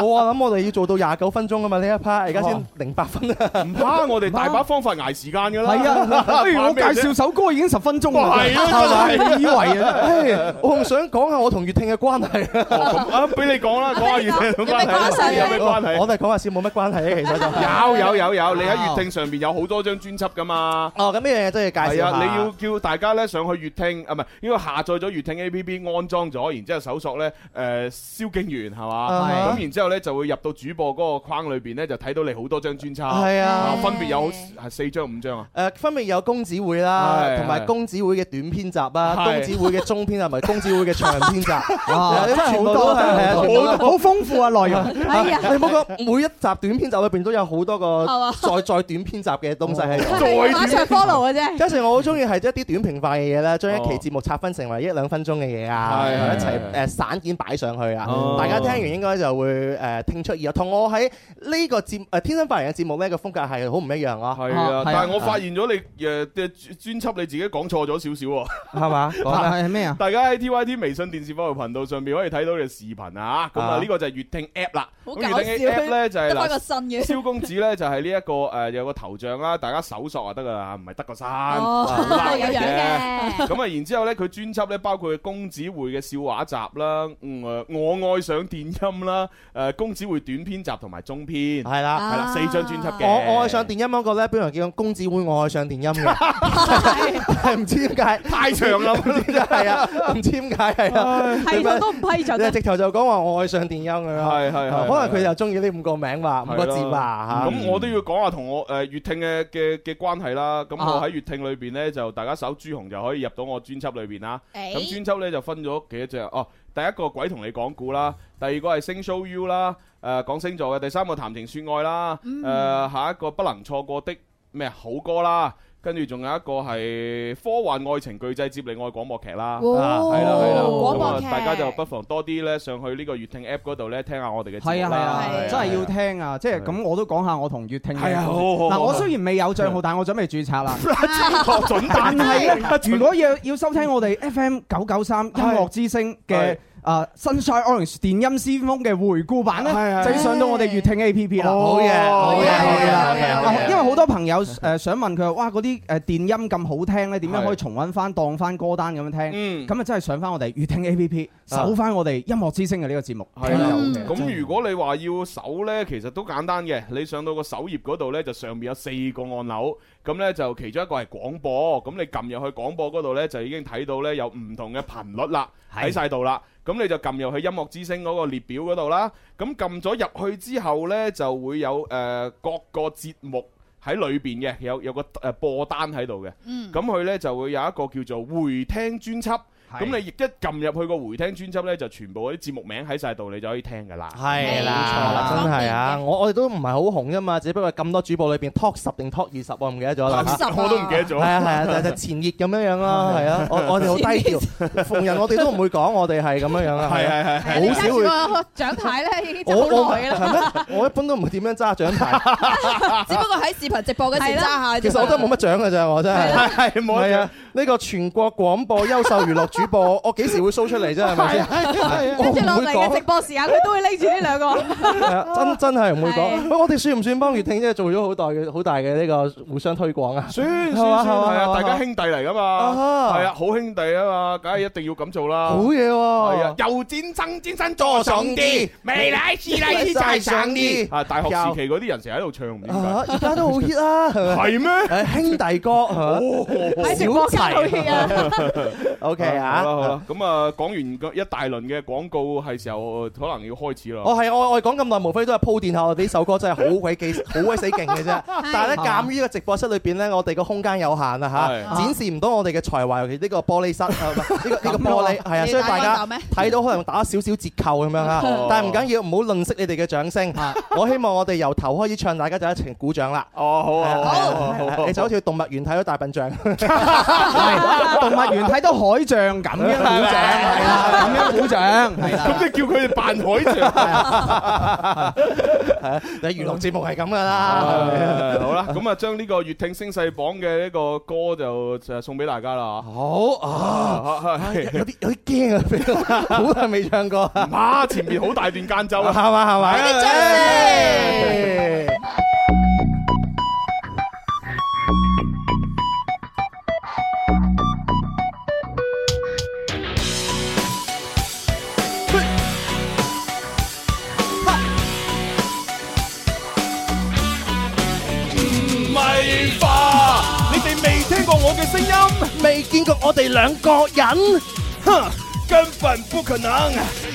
我啊諗我哋要做到廿九分鐘啊嘛呢一 part，而家
哦
先零八分啊！
唔怕，我哋大把方法捱時間㗎啦。
係啊，不如我介紹首歌已經十分鐘啦。
係啊真係
你以為啊？
唉我仲想講下我同粵聽嘅關係
哦咁啊，俾你講 啦，講下粵聽有關係，有咩關係？
哦我哋講下先冇乜關係啊，其實就
有有有有，你喺粵聽上邊有好多張專輯噶嘛。
啊哦，咁呢樣嘢都要介紹
係
下。
啊，你要叫大家咧上去粵聽啊，唔係應該下載咗粵聽 A P P 安裝咗，然之後搜索咧誒蕭敬元係嘛，
啊
咁然之後咧就會入到主播嗰個框裏邊咧就睇到你好多張專輯，
係啊
分別有係四張五張啊。
誒呃分別有公子會啦，
係
同埋公子會嘅短篇集啦，
係
公子會嘅中篇集，同埋公子會嘅長篇集，啊
哇真係好
全部
多
都係
真係
係啊
好
全部都
多好豐富啊內容
係啊你冇講每一集短篇集裏邊都有好多
哎係嘛
個再再短篇集嘅東西喺度，
係馬上 follow 嘅啫。
加上我好中意係一啲短平快嘅嘢咧，將一期節目拆分成為一兩分鐘嘅嘢啊，
係
一
係
齊
係
誒散件擺上去啊
哦，
大家聽完應該就會誒聽出意啊。同我喺呢個節誒天生發人嘅節目呢個風格係好唔一樣啊。
係
哦
啊，但係我發現咗你誒嘅專輯你自己講錯咗少少喎。
係嘛
係係咩啊？
大家喺 T Y T 微信電視科學頻道上面可以睇到你嘅視頻啊！咁啊，
啊
呢個就係粵聽 App 啦。
好
咁
搞笑
粵聽 App 咧就係
得翻個
嗱，
信嘅。
蕭公子咧就係呢一個誒誒有個頭像啦，大家搜索就得噶啦，唔係得個山，
哦
好難
有樣嘅
咁啊，然之後咧，佢專輯咧包括公子會嘅笑話集啦，嗯誒我愛上電音啦，誒公子會短篇集同埋中篇，係
啦
係啦，四張專輯嘅。
我我愛上電音嗰個咧，本來叫公子會我愛上電 音嘅，係唔知點解
太長啦
唔知點解係啊，唔知點解係啊，
係我都唔批准啊
你直頭就講話我愛上電音咁樣，
係係係
可能佢就中意呢五個名吧，五個字吧嚇。
咁我都要講下同我誒粵聽嘅嘅嘅關係啦。咁我喺粵聽裏邊咧，就大家搜朱紅就可以入到我專輯裏邊啦。
誒
咁專輯咧就分咗幾多隻哦。第一個鬼同你講故啦，第二個係星 show you 啦，誒講星座嘅，第三個談情説愛啦，誒下一個不能錯過的咩好歌啦。跟住仲有一個係科幻愛情巨製接力愛廣播劇啦，
哇
係啦係啦，
廣
咁
播
啊
劇
大家就不妨多啲咧上去呢個粵聽 app 嗰度咧聽下我哋嘅節目啦。
係啊係啊，真係要
聽。
聽啊！即係咁，我都講下我同粵聽嘅
係啊好好好
嗱，
好
我雖然未有帳號，但我準備註冊啦。
準
但係咧，如果要要收聽我哋 FM 九九三音樂之聲嘅
係。
啊，Sunshine Orange 電音先鋒嘅回顧版咧，
係係
就要上到我哋粵聽 A P P 啦。
好嘢好嘢好嘢好嘢好嘢
啊因為好多朋友誒想問佢話，哇嗰啲誒電音咁好聽咧，點樣可以重温翻當翻歌單咁樣
嗯
聽？咁啊真係上翻我哋粵聽 A P P，搜翻我哋音樂之聲嘅呢個節
嗯
目。
係啦
聽就 OK，真係
咁如果你話要搜呢，其實都簡單嘅。你上到個首頁嗰度呢，就上面有四個按鈕，咁呢，就其中一個係廣播，咁你撳入去廣播嗰度呢，就已經睇到呢有唔同嘅頻率啦，喺晒度啦。咁你就撳入去音樂之聲嗰個列表嗰度啦。咁撳咗入去之後呢，就會有誒、呃各個節目。喺裏邊嘅有有個誒播單喺度嘅，
嗯
咁佢呢就會有一個叫做回聽專輯，
係
咁你亦一撳入去個回聽專輯呢，就全部嗰啲節目名喺晒度，你就可以聽㗎啦。
係啦，真係啊！我我哋都唔係好紅啫嘛，只不過咁多主播裏邊 top 十定 top 二十，我唔記得咗啦。
Top 10我都唔記得咗
係啊係啊，就就前熱咁樣 樣啦，係啊，我我哋好低調，逢人我哋都唔會講我哋係咁樣樣啦。
係係係係
好少會。我我係咩？我一般都唔會點樣揸獎牌。
只不過喺視頻直播嗰時揸下啫。
其實我都冇乜獎嘅咋，我真係
係冇
係啊！呢個全國廣播優秀娛樂主播， 我幾時會 show 出嚟啫？係咪先？我
哎跟住落
唔會
嚟
講
嘅直播時間，佢都會拎住呢兩個。
係啊真真係唔會講。喂，我哋算唔算幫粵聽即係做咗好大嘅好大嘅呢個互相推廣啊？
算算
係
算
嘛
係
係嘛
啊，大家兄弟嚟噶嘛，
啊
係啊，好兄弟啊嘛，梗係一定要咁做啦。
好嘢喎
Ờ,
係
dạ.
啊，又戰爭戰爭多爽啲，未來是來是再上啲。
À,
啊，大學時期嗰啲人成日喺度唱 唔知點
啊
解。
而家都好 hit 啦，係咪
係咩？哦
誒兄弟歌係嘛
喺
小
直播間好 hit 啊
齊 OK 啊
好啦好啦，咁啊講完個一大輪嘅廣告係時候，可能要開始啦。
我哦係我我講咁耐，無非都係鋪墊下我哋呢首歌真係好鬼記好鬼死勁嘅啫。但係咧，鑑於個直播室裏邊咧，我哋個空間有限啊嚇，
係
展示唔到我哋嘅才華，尤其呢個玻璃室啊係咪呢個呢個玻璃係啊，
你
所以
打
大
開
家
鬥咩
睇到可能打少少折扣咁樣啦
哦。
但係唔緊要，唔好吝惜你哋嘅掌聲。我希望我哋由頭開始唱，大家就一齊鼓掌啦。
哦，好
啊，
好
係啊
好
你就好似去動物園睇到大笨象。
係動物園睇到海象咁樣鼓掌，係啦，咁樣鼓掌，係啊啦。
咁你叫佢哋扮海象。
係啊，你娛樂節目係咁噶啦。
啊好啦，咁啊，將呢個粵聽聲勢榜嘅呢個歌就就送俾大家啦。
好啊，
係
有啲有啲驚啊俾我，好耐未唱過。
啊，前面好大段間奏啊，
係嘛係嘛。
咪花，你哋未聽過我嘅聲音，
未見過我哋兩個人，
哼，根本不可能。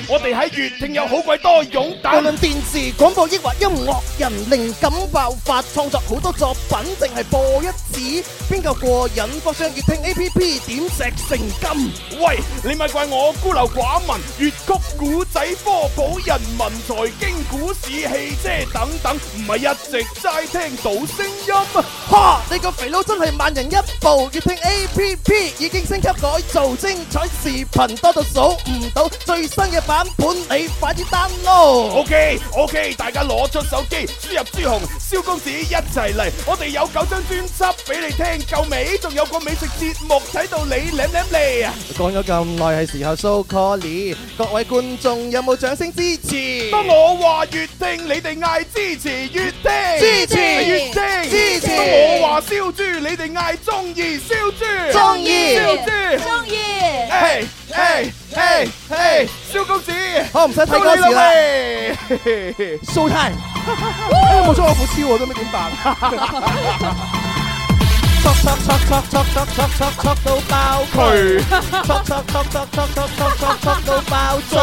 我哋喺粵聽有好鬼多勇
無
膽，
論電視、廣播抑或音樂人，靈感爆發，創作好多作品，淨係播一次，邊夠過癮？放上粵聽 A P P，點石成金。
喂，你咪怪我孤陋寡聞，粵曲古仔、科普、人民、財經、股市、汽車等等，唔係一直齋聽到聲音。
哈！你個肥佬真係萬人一步，粵聽 A P P 已經升級改造，精彩視頻多到數唔到，最新嘅版本你快啲 download。
OK OK，大家攞出手機，輸入朱紅、蕭公子一齊嚟，我哋有九張專輯俾你聽，夠未？仲有個美食節目睇到你舐舐脷啊！
講咗咁耐，係時候 so call 各位觀眾有冇掌聲支持？
當我話越聽，你哋嗌支持，越聽
支持
越聽
支
話燒豬，你哋嗌中意燒豬，
鍾意
燒豬，
中意。
誒誒誒誒，蕭公子，
好唔使睇歌詞啦 ，show time。哎冇咗我副超，我都唔知點辦。啊
戳戳戳戳戳戳戳戳戳到爆佢，戳戳戳戳戳戳戳戳戳到爆嘴，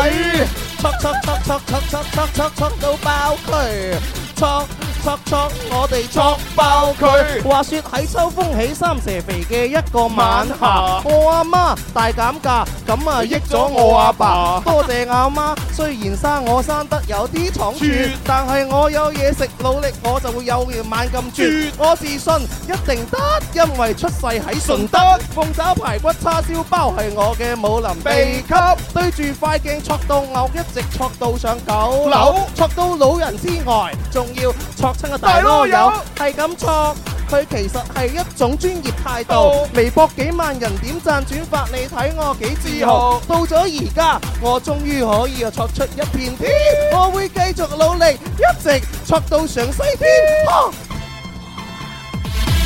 戳戳戳戳戳戳戳戳戳到爆佢，戳戳戳我哋戳爆佢。
話說喺秋風起三蛇肥嘅一個晚 霞，我阿媽大減價，咁啊益咗我阿爸。多謝阿媽，雖然生我生得有啲倉
豬
促，但係我有嘢食，努力我就會有嘢猛咁
豬
住。我自信一定得，因為出世喺順德。鳳爪排骨叉燒包係我嘅武林秘笈，對住塊鏡戳到牛，一直戳到上九樓
樓，
戳到老人之外，仲要戳親個大佬
大
友
囉柚。
係咁錯，佢其實係一種專業態度。微博幾萬人點贊轉發，你睇我幾自豪。到咗而家，我終於可以戳出一片天，我會繼續努力，一直戳到上西天。哈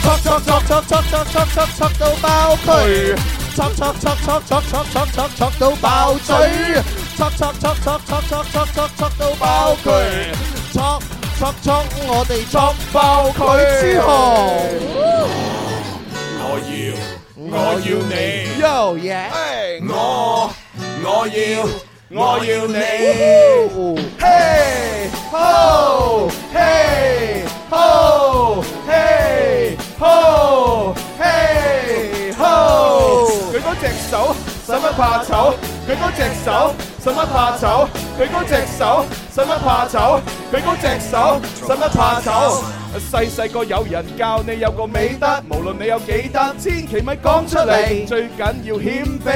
戳戳戳戳戳戳戳戳戳到爆佢，戳戳戳戳戳戳戳戳戳到爆嘴，戳戳戳戳戳戳戳戳戳到爆佢，戳戳戳我哋戳爆佢之後。
我要，我要你
Yo yeah，
我我要，我要
你。
嘿吼，嘿吼，嘿吼，嘿吼。舉高隻手，使乜怕醜？舉高隻手，使乜怕醜？舉高隻手，使乜怕醜？舉高隻手，使乜怕醜？細細個有人教你有個美德，無論你有幾得，千祈咪講出嚟，最緊要謙卑。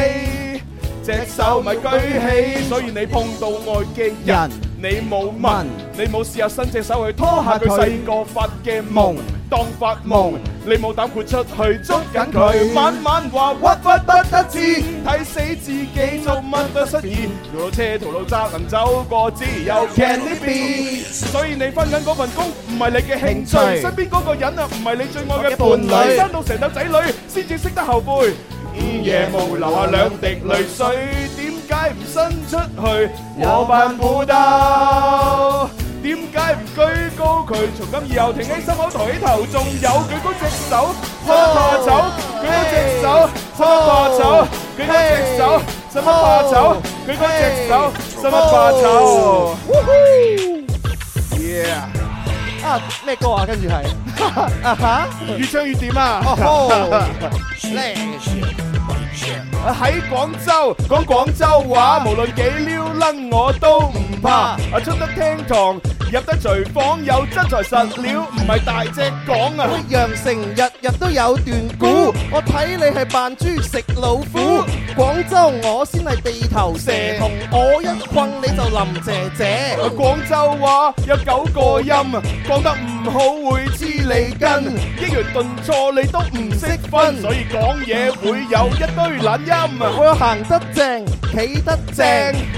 隻手咪舉起，所以你碰到外嘅人，你冇問，你冇試下伸隻手去拖下佢細個發嘅夢，當發夢，你冇膽豁出去捉緊佢，晚晚話屈屈不得志，睇死自己做乜都失意，條路車條路窄能走過，只有 Can it be？所以你翻緊嗰份工唔係你嘅興趣，身邊嗰個人啊唔係你最愛嘅伴侶，生到成竇仔女先至識得後悔。午夜無流下兩滴淚水，點解唔伸出去？我扮苦鬥，點解唔居高佢？從今以後挺起心口，抬起頭，仲有舉高隻手，使乜怕醜？舉高隻手，使乜怕醜？舉高隻手，使乜怕醜？舉高隻手，使乜怕醜？Yeah！
啊咩歌啊？跟住係啊哈，
越唱越點啊！
哦
À,
喺廣州講廣州話，無論幾撩楞我都唔怕。
À,
啊，出得廳堂，入得廚房，有真材實料，唔係大隻講
à.
啊！
羊城日日都有段古，我睇你係扮豬食老虎。廣州我先係地頭蛇，同我一困你就林姐姐。
廣州話有九個音，講得唔好會黐你筋，抑揚頓挫你都唔識分，所以講嘢會有一堆懶音。
我又行得正，企得正，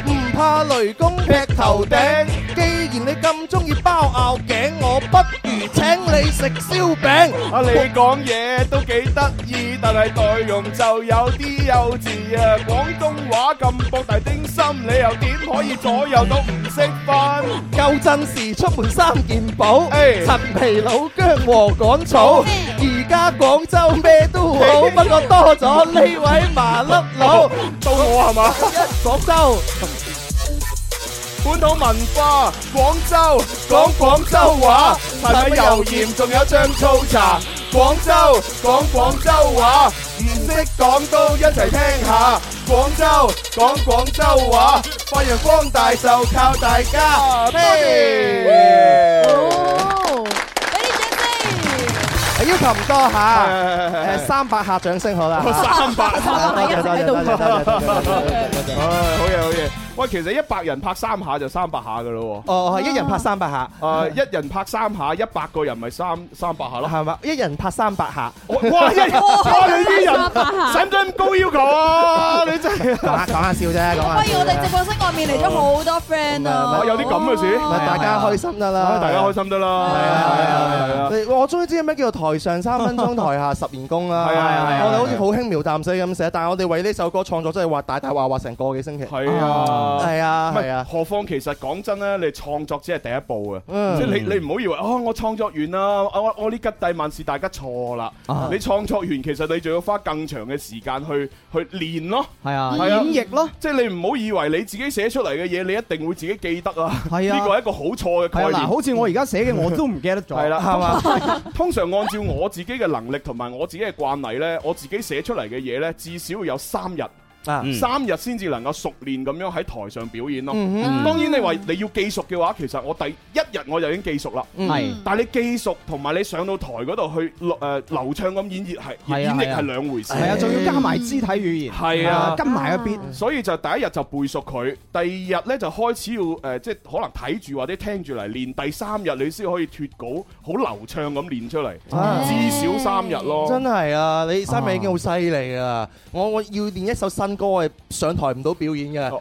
唔怕雷公劈頭頂。既然你咁中意包拗頸，我不如請你食燒餅。
啊，你講嘢都幾得意，但係內容就有啲幼稚啊！廣東話咁博大精深，你又點可以左右都唔識分？
舊陣時出門三件寶，
哎
陳皮、老姜和趕草。而家廣州咩都好， 不過多咗呢位麻甩佬。
到我係 嘛？
廣州
本土文化，廣州講廣州話，係咪油鹽仲有醬醋茶？廣州講廣州話，唔識講都一齊聽下。廣州講廣州話，發揚光大就靠大家。啊多謝。
要求唔多嚇，
Ờ.
Ờ,
誒三百下掌聲好啦。
三百
多謝多謝多謝多謝多謝多謝多謝。
唉，好嘢好嘢！喂，其實一百人拍三下就三百下噶咯喎。
哦係一人拍300下
誒，一人拍三下，一百個人咪三三百下咯。
係嘛？一人拍三百下。
哇！一人哇，你啲人
300下
使唔使咁高要求啊？你真係
講下講下笑啫，講下
不如我哋直播室外面嚟咗好多 friend 啊！
有啲咁嘅事，
大家開心得啦
啊，大家開心得
Ờ,
啦。係啊係啊係啊！
我終於知咩叫做台上三分鐘，台下十年功啦。
係啊係啊係啊
我哋好似好輕描淡寫咁寫，但係我哋為呢首歌創作真係畫大大畫畫成個幾星期。
係啊，
係啊，
唔係
係啊。
何況其實講真咧，你創作只係第一步啊，
嗯
即係你你唔好以為哦，我創作完啦，啊我我呢吉帝萬事大家錯啦
啊。
你創作完其實你仲要花更長嘅時間去去練咯，
係啊
係啊
演繹咯，
即係你唔好以為你自己寫出嚟嘅嘢，你一定會自己記得啊。
係啊
呢個係一個好錯嘅
係
概
啊，
念
嗱，。好似我而家寫嘅我都唔記得咗，
係啦，
係嘛？
嘛？通常按照我自己嘅能力同埋我自己嘅慣例呢，我自己寫出嚟嘅嘢呢，至少要有三日。
啊
三日先至能夠熟練咁樣喺台上表演咯。
嗯哼
當然你話你要記熟嘅話，其實我第一日我就已經記熟啦。
嗯係
但係你記熟同埋你上到台嗰度去誒流暢咁演繹係
係
演
啊
繹係兩回事。
係啊，仲要加
嗯
埋肢體語言，
係啊，
跟埋一邊。
所以就第一日就背熟佢，第二日咧就開始要誒、呃即係可能睇住或者聽住嚟練，第三日你先可以脱稿，好流暢咁練出嚟，
啊
至少三日咯。
真係啊！你三日已經好犀利啊！我我要練一首新歌，我係上台唔到表演嘅，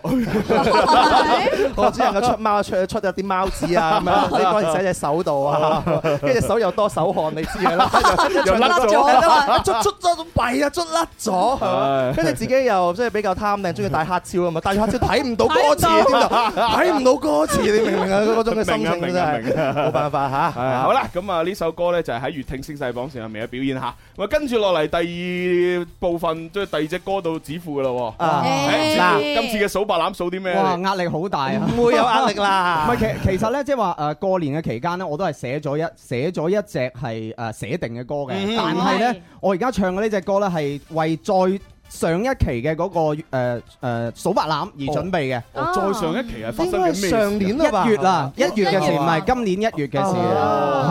我只能夠出貓出出一啲貓紙啊 咁樣，你嗰陣時喺隻手度啊，跟住隻手又多手汗，你知嘅啦，
又甩
咗
咗
捽捽咗弊啊，捽甩咗係嘛，跟住自己又即係比較貪靚，中意戴黑超啊嘛，戴黑超睇唔到歌詞添啊，睇唔到歌詞，你明唔明啊？嗰種嘅心情真
明啊明啊明
係
啊
冇辦法嚇。
係好啦，咁啊呢首歌呢，就係喺粵聽星勢榜上面嘅表演吓，咁啊跟住落嚟第二部分即係第二隻歌到指父噶啦喎，
啊
誒
嗱
指父今次嘅數白欖數啲咩？
哇，壓力好大啊！
唔會有壓力 啦
唔係其其實咧，即係話誒過年嘅期間咧，我都係寫咗一寫咗一隻係誒寫定嘅歌嘅，
嗯
但係
係
咧，我而家唱嘅呢只歌咧係為再上一期嘅嗰個誒誒數白欖而準備嘅。
哦再上一期係發生緊咩事啊？
一月啦，一月嘅事，唔
哦
係今年一月嘅事，係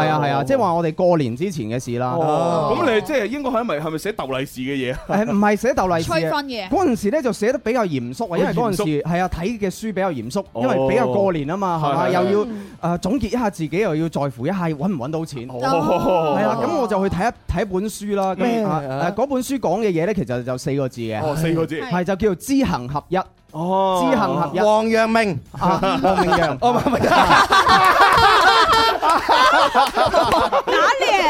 啊係啊，即係話我哋過年之前嘅事啦。
咁你即係應該係咪係咪寫鬥利是嘅嘢啊？
誒唔係寫鬥利是
吹
啊
分嘅
嗰陣時咧就寫得比較嚴肅啊，因為嗰陣時
嚴
係啊睇嘅書比較嚴肅，
哦
因為比較過年啊嘛，係嘛
係係
又要誒呃總結一下自己，又要在乎一下揾唔揾到錢，
哦
係啦，咁我就去睇一睇一本書啦。
咩
咁啊誒嗰本書講嘅嘢咧，其實就四個字嘅，
哦四個字
係就叫做知行合一。
哦
知行合一，
王陽明
啊，王明陽，
哦唔係唔係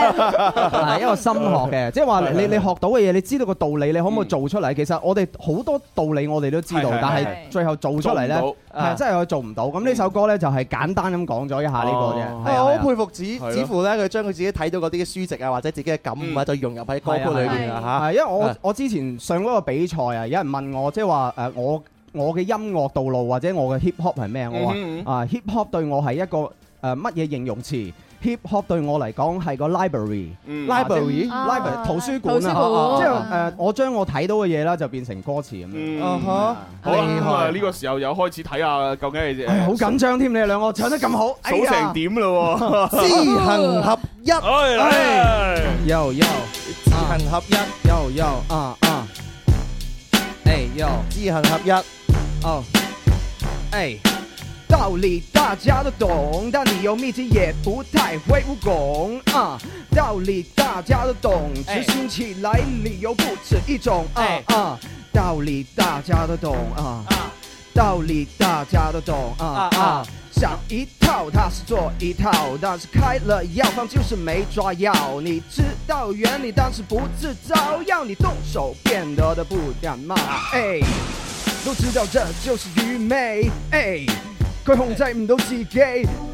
係一個心學嘅，即係話你你學到嘅嘢，你知道個道理，你可唔可以做出嚟？其實我哋好多道理我哋都知道
係係，
但
係
係最後做出嚟
做唔
呢，
到啊
係真係我做唔到。咁呢首歌呢，就係簡單咁講咗一下呢個啫。係啊
我好
係啊
佩服子子父咧，佢將佢自己睇到嗰啲書籍啊，或者自己嘅感
嗯
悟啊，就融入喺歌曲裏邊啊嚇。
係因為我我之前上嗰個比賽啊，有人問我即係話誒我我嘅音樂道路或者我嘅 hip hop 係咩？我
嗯哼
話啊 hip hop 對我係一個誒乜嘢形容詞？hip hop 對我嚟講係個 library。啊
library
library 圖書
圖
館
書
啊，
館
即係誒我將我睇到嘅嘢啦，就變成歌詞咁樣。
啊
嗯好啦，咁啊呢個時候又開始睇下究竟係
好緊張添，你哋兩個唱得咁好，哎
數
呀
成點咯 喎？
知行
合一，
哎
又又
知行合一，
又又啊啊，哎又
知行合一。
哦，哎，道理大家都懂，但你有秘籍也不太会武功啊。道理大家都懂，
哎
执行起来理由不止一种啊啊。道理大家都懂啊，道理大家都懂啊
啊
啊。想一套，他是做一套，但是开了药方就是没抓药。你知道原理，但是不自招，要你动手变得的不感冒。哎。都知道这就是愚昧。哎，佢控制唔到自己，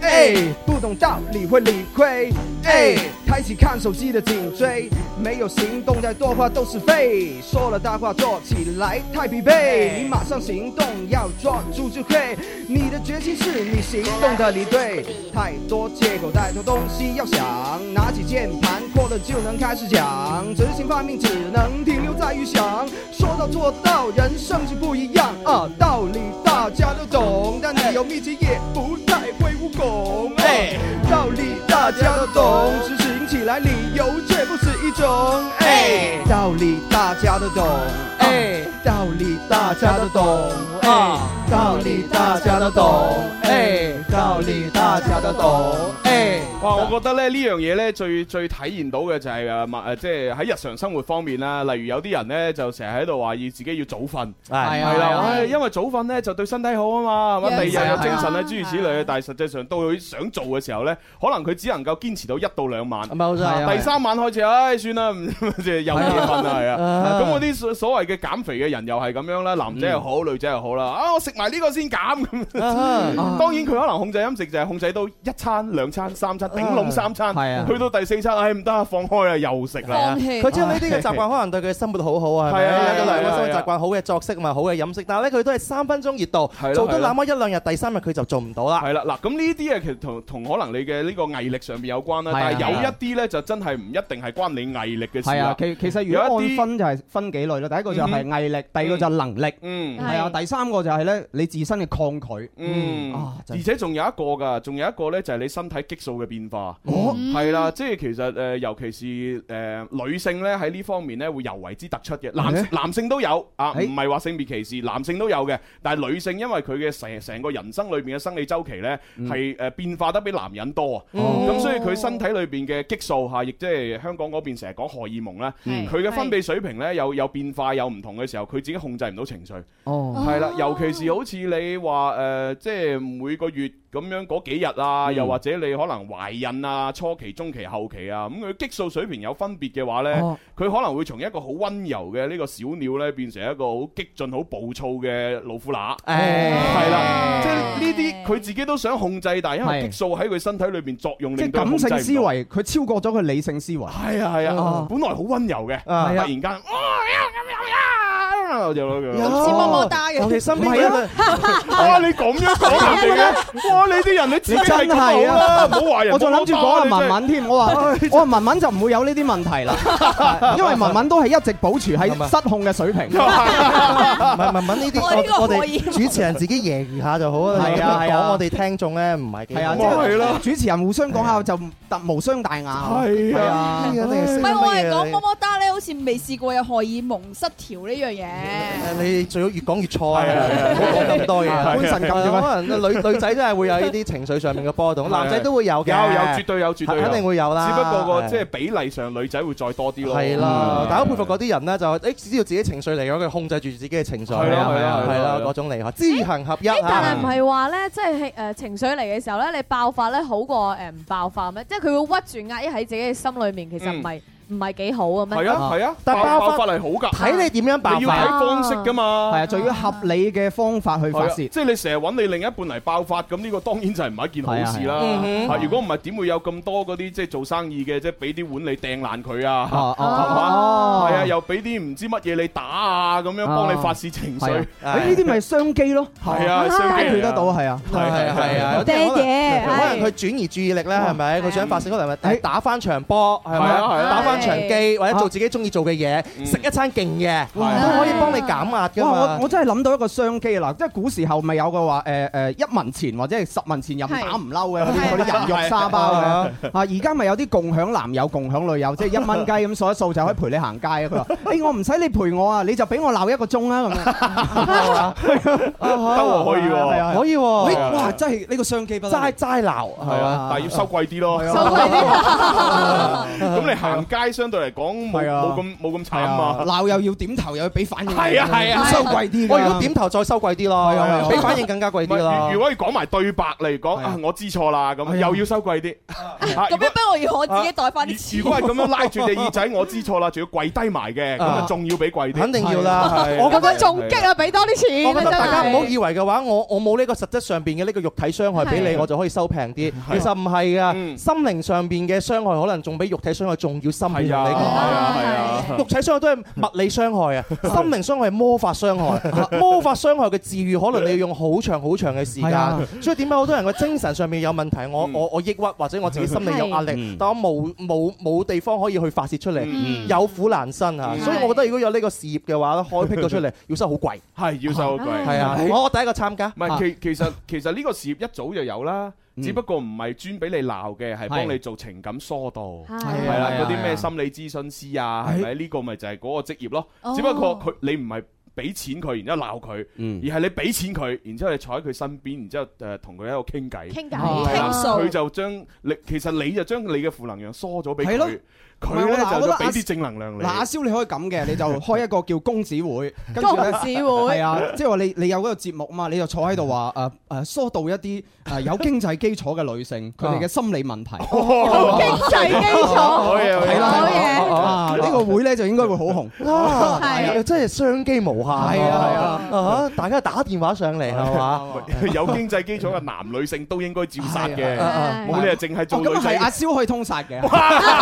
哎，不懂道理会理亏，哎，抬起看手机的颈椎，没有行动再多话都是废，说了大话做起来太疲惫，你马上行动要抓住机会，你的决心是你行动的理对，太多借口太多东西要想，拿起键盘过了就能开始讲，执行方面只能停留在预想，说到做到，人生是不一样啊，道理大家都懂，但你有秘籍也不太会武功。哎，道理大家都懂，执行起来理由却不是一种。哎，道理大家都懂，哎，道理大家都懂，
啊
哎，道理大家都懂，哎，道理大家都懂，哎。
哇！我覺得咧呢樣嘢咧最最體現到嘅就係誒誒，即係喺日常生活方面啦。例如有啲人咧就成日喺度話要自己要早瞓，
係
係
係
啦
啊，
唉因為早瞓咧就對身體好啊嘛，係嘛？
養
第二日有
生啊
精神啊，諸如此類。但係實際上到佢想做嘅時候咧，可能佢只能夠堅持到一到兩晚，
錯係啊
第三晚開始，唉，算啦，唔 即係又夜瞓啦，係啊
啊。
咁嗰啲所所謂嘅減肥嘅人又係咁樣啦，男仔又好，女仔又好啦，啊，我食埋呢個先減咁。
啊
當然佢可能控制飲食就係控制到一餐、兩餐、三餐，頂籠三餐。
係啊
去到第四餐，唉唔得啊，放開啦，又食啦。
佢知道呢啲嘅習慣可能對佢生活好好啊，係咪？
係啊
有個良
係啊
好生
係
活
啊
習慣、好嘅作息同埋好嘅飲食，但係咧佢都係三分鐘熱
咯
度，做
係咯
多那麼一兩日，第三日佢就做唔到啦。
係啦，嗱，咁呢啲嘢其實同同可能你嘅呢個毅力上面有關啦，
係啊
但係有一啲咧就真係唔一定係關你毅力嘅事
係
啦
啊，。其其實如果
有一啲
按分就係分幾類咯，第一個就係
嗯
毅力，第二個就係能力，
嗯
係啊，第三個就係咧你自身嘅抗拒，啊
嗯，而且仲有一個㗎，仲有一個咧就係你身體激素嘅變化，係啦，即係其實誒，尤其是誒女性咧喺呢方面咧會尤為之突出嘅，男
係
男性都有啊，
係
唔係話性別歧視，男性都有嘅，但係女性因為佢嘅成成個人生裏邊嘅生理周期咧係誒變化得比男人多啊，咁所以佢身體裏邊嘅激素嚇，亦即係香港嗰邊成日講荷爾蒙咧，
係
佢嘅分泌水平咧有有變化有唔同嘅時候，佢自己控制唔到情緒。
哦
係啦，尤其是好似你話誒、呃即係每個月咁樣嗰幾日啊，
嗯
又或者你可能懷孕啊、初期、中期、後期啊，咁佢激素水平有分別嘅話呢，佢、
哦
可能會從一個好温柔嘅呢個小鳥呢，變成一個好激進、好暴躁嘅老虎乸。係啦，即係呢啲佢自己都想控制，但係因為
係
激素喺佢身體裏邊作用，
即係
令到
感性思
維。
維，佢超過咗佢理性思維。
係啊係啊，本來好温柔嘅，突
啊
然間哦哇咁樣呀，就咁樣
哦
尤其身邊
係啊 哇！你咁樣講人哋嘅， 哇！你啲人你自
你
己
真
係咁好
係
啦，
啊
唔好話！人。
我仲諗住講下文文添，我 話
唉真係
我話文文就唔會有呢啲 問題啦，因為文文都係一直保持喺失控嘅水平。
唔係文文呢啲，
我呢個
我我
可
哋
以
主持人自己揶揄下就好啦。
係啊係啊
講我哋聽眾咧唔係幾
係啊，
好
即係主持人互相講下就特無傷大雅。
係
啊
唔
呢個一定係
係，
識
我係講
乜嘢
么么哒咧，好似未試過有荷爾蒙失調呢樣嘢。
誒你最好越講越錯啊！
係啊係啊
唔好講咁多嘢，
官神咁啫嘛
可能女女仔真係會有呢啲情緒上面嘅波動，男仔都會有嘅，
有有絕對有絕對有，
肯定會有啦。
只不過個即
係
係比例上女仔會再多啲咯。
係啦，
嗯
但係我佩服嗰啲人咧，就誒知道自己情緒嚟講，佢控制住自己嘅情緒，
係啦係啦係
係
啦
啦，嗰種厲害，知行合一
但係唔
啊！
係話咧，即係誒情緒嚟嘅時候咧，你爆發咧好過誒唔爆發咩？即係佢會屈住壓抑喺自己嘅心裏面，其實唔係唔係幾好嘅咩？
係啊係啊，
但
爆
爆
爆
發
發係好㗎，
睇你點樣爆發
你要睇方式㗎嘛。
係啊，仲要合理嘅方法去
係
發
啊
泄
即。係你成日揾你另一半嚟爆發，咁呢個當然就係唔係一件好事啦。
係啊係啊
啊如果唔係點會有咁多嗰啲即係做生意嘅，即係俾啲碗你掟爛佢啊，
哦
係
哦
嘛？
哦
係啊，又俾啲唔知乜嘢你打啊，咁樣幫你發泄情緒
係。啊誒呢啲咪商機咯，
係啊商機
解決得到係啊，
係係係啊，有啲人可能
爹哋
可能佢轉移注意力咧，係咪？佢
啊
想發泄，可能係打翻場波，係嗯咪
係啊係？啊
打翻場機，或者
啊
做自己中意做嘅嘢，食一餐勁嘢，
啊
都可以幫你減壓㗎
哇！我
嘛
我。真係諗到一個商機啦，即係古時候咪有個話誒誒一文錢或者係十文錢任
係
打唔嬲嘅嗰
係
啲嗰啲人肉沙包嘅
係
啊
啊！
而家咪有啲共享男友、共享女友，即係一蚊雞咁數一數就可以陪你行街啊！佢話：誒我唔使你陪我啊，你就俾我鬧一個鐘啊！咁
得喎可以喎
樣係啊係啊
可以喎
誒哇！真係呢個商機不得了
齋齋鬧
係啊，但係要收貴啲咯，
收貴
啲。 咁你行街相對嚟講冇
係啊
冇咁冇咁慘啊
啊！。鬧又要點頭，又要俾反應，
係啊係啊，
收貴啲㗎。
我如果點頭再收貴啲
係啊係
咯
啊，
比反應更加貴啲
唔係
咯
如。如果要講埋對白嚟講，啊我知錯啦，咁又要收貴啲。啊
咁樣不如我自己袋翻啲錢。
如果係咁樣 拉住隻耳仔，我知錯啦，仲要跪低埋嘅，咁啊
啊
仲要俾貴啲。
肯定要啦
係
我覺得
係
仲激啊！俾多啲錢啊，
我覺得
真係
大家唔好以為嘅話，我我冇呢個實質上邊嘅呢個肉體傷害俾你，
係
我就可以收平啲。其實唔係噶，心靈上邊嘅傷害可能仲比肉體傷害仲要
嗯
深。
係啊係啊係啊
肉體傷害都係物理傷害啊，心靈傷害係魔法傷害。啊魔法傷害嘅治愈可能你要用好長好長嘅時
係啊
間。所以點解好多人嘅精神上面有問題，
嗯
我我我抑鬱或者我自己心理有壓力
係，
但我冇冇冇地方可以去發泄出嚟，
嗯
有苦難申啊。
嗯
所以我覺得如果有呢個事業嘅話咧，開闢咗出嚟要收好貴。
係要收貴。
係啊，我我第一個參加。
唔係其其實其實呢個事業一早就有啦。只不過唔係專俾你鬧嘅，係幫你做情感疏導，
係
係啦
係，
嗰啲
係
咩
係
心理諮詢師啊，係咪呢個咪就係嗰個職業咯
哦？
只不過佢你唔係俾錢佢，然之後鬧佢，而係你俾錢佢，然之後你坐喺佢身邊，然之後誒同佢喺度傾偈，
傾偈
係啦
傾訴
佢就將你其實你就將你嘅負能量疏咗俾
係咯
佢，佢
唔係我
咧
嗱我覺
就
得
俾
阿
啲正能量你
嗱，。阿蕭你可以咁嘅，你就開一個叫公子會，跟住咧
公子會
係啊，即係話你你有嗰個節目嘛，你就坐喺度話誒誒疏導一啲誒有經濟基礎嘅女性佢哋嘅心理問題。
有經濟基礎好嘢好嘢
係啦
好嘢
啊呢個會咧就應該會好紅。
啊，
係
係真係商機無限。
係啊
係啊，啊大家打電話上嚟係嘛？
有經濟基礎嘅男女性都應該照殺嘅
係啊，
冇理由淨係做
哦咁
女
啊係阿
仔。
蕭可以通殺 嘅。
你
唔係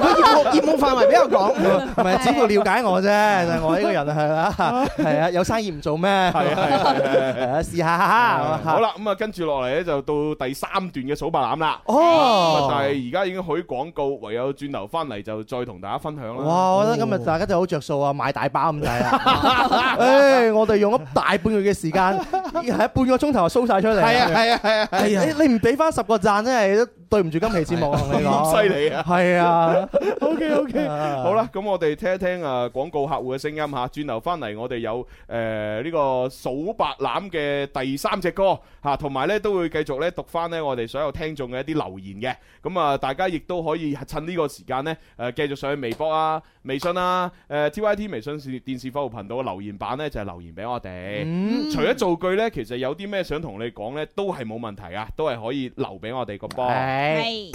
佢 業務業務範圍比較廣。
唔係，只顧了解我啫，就係我呢個人係啦，係啊，有生意唔做咩？ 係
啊係
啊，試下
好啦，咁啊，跟住落嚟咧就到第三段嘅數白欖啦。
哦
咁啊但係而家已經許廣告，唯有轉頭翻嚟就再同大家分享啦。
哇！我覺得今日大家就好着數啊，買大包 咁滯
哦
啦。誒，我哋用咗大半個月嘅時間，係半個鐘頭就 show 晒出嚟。
係啊係啊係啊係啊
係你你唔俾翻十個讚，真係都對唔住今期節目啊！我同你講
咁犀利啊
係啊，
OK OK，好啦，咁我哋聽一聽啊廣告客戶嘅聲音吓，轉頭翻嚟我哋有誒呢個數白欖嘅第三隻歌吓，同埋咧都會繼續咧讀翻咧我哋所有聽眾嘅一啲留言嘅，咁啊大家亦都可以趁呢個時間咧誒繼續上去微博啊、微信啊、誒 TYT 微信視電視服務頻道嘅留言版咧就係留言俾我哋。
嗯
除咗造句咧，其實有啲咩想同你講咧，都係冇問題啊，都係可以留俾我哋個波。
係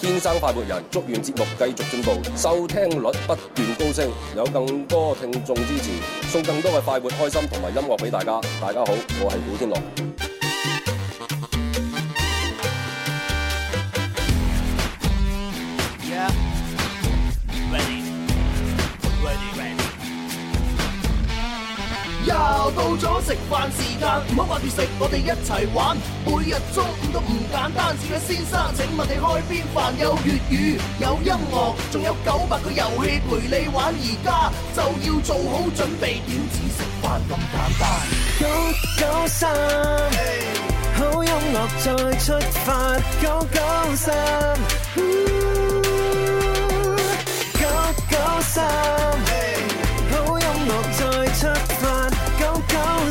天生快活人，祝願節目繼續進步，收聽率不斷高升，有更多聽眾支持，送更多嘅快活、開心同埋音樂俾大家。大家好，我係古天樂。
Yeah. Ready. Ready. Ready.
又到咗食飯時間，唔好掛住食，我哋一齊玩。每日中午都唔簡單，小嘅先生，請問你開邊飯？有粵語，有音樂，仲有九百個遊戲陪你玩。而家就要做好準備，點止食飯咁簡單？
九九三，好音樂再出發，九九三，九九三，好音樂再出發，九九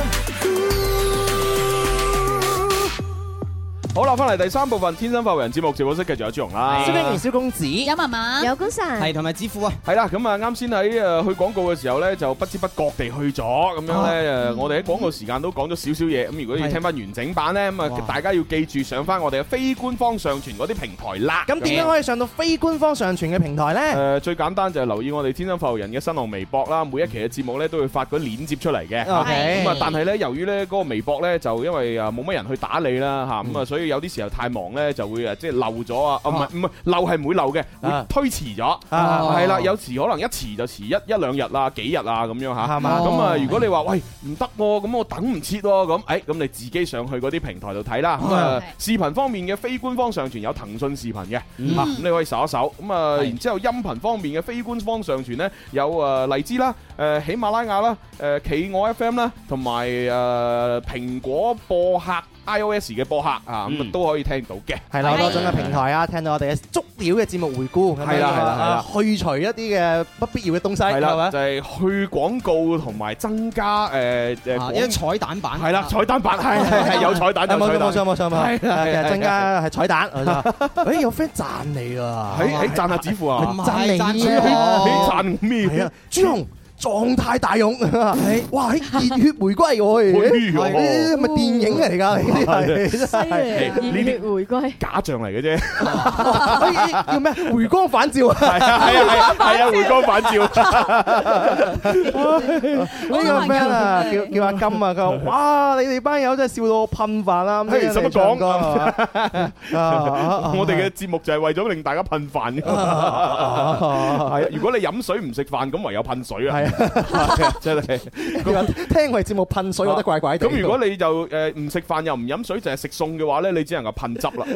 好啦，翻嚟第三部分《天生發圍人》節目直播室，繼續有朱容啦，
蕭敬仁、蕭公子，
有文文，有
高神
係
同埋子富啊，
係啦，咁啊啱先喺誒去廣告嘅時候咧，就不知不覺地去咗咁樣咧誒，我哋喺廣告時間都講咗少少嘢，咁如果要
係
聽翻完整版咧，咁
哇
啊大家要記住上翻我哋嘅非官方上傳嗰啲平台啦。
咁點樣可以上到非官方上傳嘅平台咧？
誒最簡單就係留意我哋天生發育人嘅新浪微博啦，每一期嘅節目咧都會發嗰鏈接出嚟嘅。
OK
咁啊，但係咧由於咧嗰個微博咧就因為啊冇乜人去打理啦嚇，咁啊所以有啲時候太忙咧就會誒即係漏咗啊，啊唔係唔係漏係唔會漏嘅，會
啊
推遲咗。
啊
係啦，有時可能一遲就遲一一兩日啦、幾日啊咁樣嚇。
係嘛
咁啊
哦
如果你話喂唔得喎，咁我等唔切喎，咁誒咁你自己上去嗰啲平台度睇啦。咁啊視頻方面嘅非官方上傳有騰訊視頻嘅嚇，
嗯
咁你可以搜一搜。咁啊然之後音頻方面嘅非官方上傳咧有誒荔枝啦、誒喜馬拉雅啦、誒企鵝 FM 啦，同埋誒蘋果播客 iOS 嘅播客啊，咁啊都可以聽到嘅。
係啦，好多種嘅平台啊，聽到我哋嘅足料嘅節目回顧，咁樣
係啦係啦係啦
啊去除一啲嘅不必要嘅東西，
係
係
啦，
咪
就？係去廣告同埋增加誒
啊
誒
因為彩蛋版
係啦，彩 蛋版係係係有彩蛋，
啊
有
冇
彩
錯
蛋
冇錯冇錯冇
係啦係啦
錯，增加係彩蛋。
係啦
誒有 friend 讚你啊！
喺喺讚下子父啊，
讚你啊！
你讚咩？
係啊，朱紅。狀態大勇，哇！喺熱血回歸喎，
哎呦
呢啲係咪電影嚟㗎？呢啲係啊 真係
呢啲
回歸
假象嚟嘅啫，
哎叫咩？回 光返照啊！
係啊係啊係啊，回光返照。
呢個 friend 哎啊，叫叫阿金啊，佢話： 哇！你哋班友真係笑到我噴飯啦！咁
嘿
樣
使乜
嚟唱
講
歌啊？啊
我哋嘅節目就係為 咗令大家噴飯嘅，係啊！如果你飲水唔食飯，咁唯有噴水啊！係 真 係。
聽我哋節目噴水，我覺得怪怪地。
咁如果 你就誒唔食飯又唔飲水，淨係食餸嘅話咧，你只能夠噴汁 啦。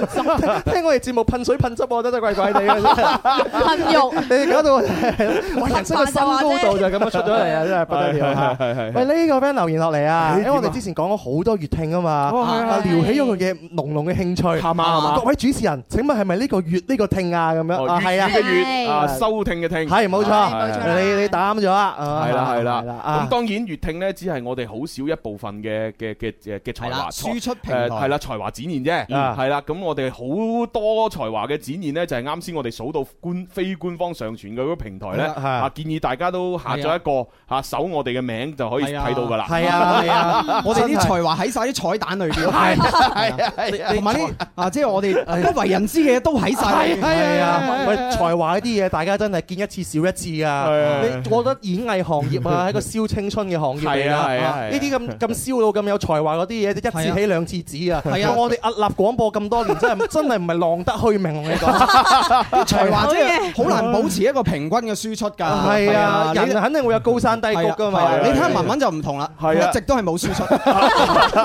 聽我哋節目噴水噴汁，我覺得真係怪怪地啊！
噴肉
你哋搞到我哇人生嘅新高度就咁樣出咗嚟啊！真係不得了嚇！
係
喂，呢個 friend 留言落嚟啊，
咦
因為我
點
哋
啊
之前講咗好多粵聽啊嘛，
哦係
啊
係
撩起咗佢嘅濃濃嘅興趣。係
嘛係嘛哦
各位主持人，請問係咪呢個粵呢個聽啊？咁樣啊，係啊，
粵語嘅粵啊，收聽嘅聽，
係冇錯，你你打啱咗啊！啊
係啦係啦，
啊
咁當然粵聽咧，只係我哋好少一部分嘅嘅嘅嘅嘅才
係啦
華
輸出平
誒
台
係啦才華展現啫，
嗯
係啦，咁我哋好多才華嘅展現咧，就係啱先我哋數到官非官方上傳嘅嗰個平台咧，
係啊
啊建議大家都下載一個嚇搜我哋嘅名就可以睇到㗎啦，
係啊係啊， 我哋啲才華喺晒啲彩蛋裏邊，
係
係啊
係啊
同埋啲啊，即係我哋不為人知嘅嘢都喺晒裏邊。
係啊！喂，才華呢啲嘢，大家真係見一次少一次啊！
係
你我覺得演藝行業啊，係一個燒青春嘅行業嚟
係啊
啊！
係啊係啊
呢啲咁咁燒到咁有才華嗰啲嘢，一次起兩次止啊！
係啊
我哋屹立廣播咁多年，真係真係唔係浪得虛名，我同 你
啲
講。
才華即係啊好難保持一個平均嘅輸出㗎。
係啊，
你
人肯定會有高山低谷㗎
係
嘛
啊。你睇下文文就唔同啦，
係啊
一直都係冇輸出。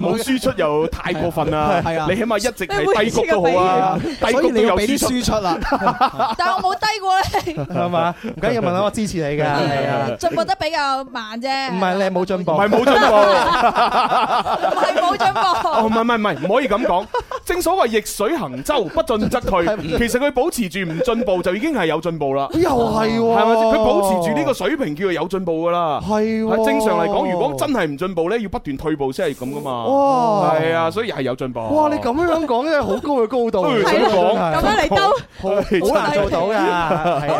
冇輸出又太過分啦，
係啊
你起碼一直係低谷都好 啊，低
所以
谷都
你要
有
俾啲
輸
輸
出
出。 啦。
但我冇低過咧，
係嘛？唔緊要，問下我支持你㗎。係啊，
進步得比較慢啫。
唔係你係冇進步，唔
係冇進步，
冇進步。
哦，唔係唔係唔係，唔可以咁講。正所謂逆水行舟，不進則 退。其實佢保持住唔進步，就已經係有進步啦。
又係喎
係咪先？佢保持住呢個水平，叫做有進步噶啦。
係喎
正常嚟講，如果真係唔進步咧，要不斷退步先係咁噶嘛。
哇
係啊，所以係有進步。
哇！ 你咁樣講真係好高嘅高度，
哎想講咁樣嚟
兜，好難做到 㗎。
好
係啊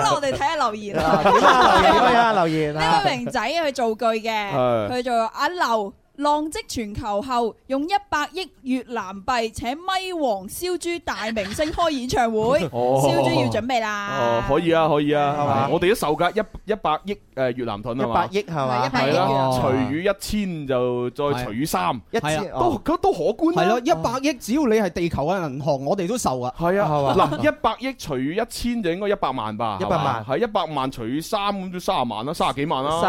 啦，我哋 睇下留言啦。
留言啊，留言啊
呢！位明仔佢造句嘅，
係
佢做阿劉浪跡全球後，用一百億越南幣請咪王燒豬大明星開演唱 會，
哦
燒豬要準備啦。
哦，可以啊，可以
Dạ.
啊，係嘛？我哋都售價一一百億誒越南盾啊嘛，
100億係嘛
係
100億越南 Dạ,
啦，
盾
除以一千就再除以三，
一千
係啊
哦
都都都可觀
係咯，一百億只要你係地球嘅銀行，我哋都受啊。
係啊
係嘛
嗱，一百億除以一千就應該一百萬吧？
100萬
係一百萬除以三咁都三十萬啦，三十幾萬啦，
30
都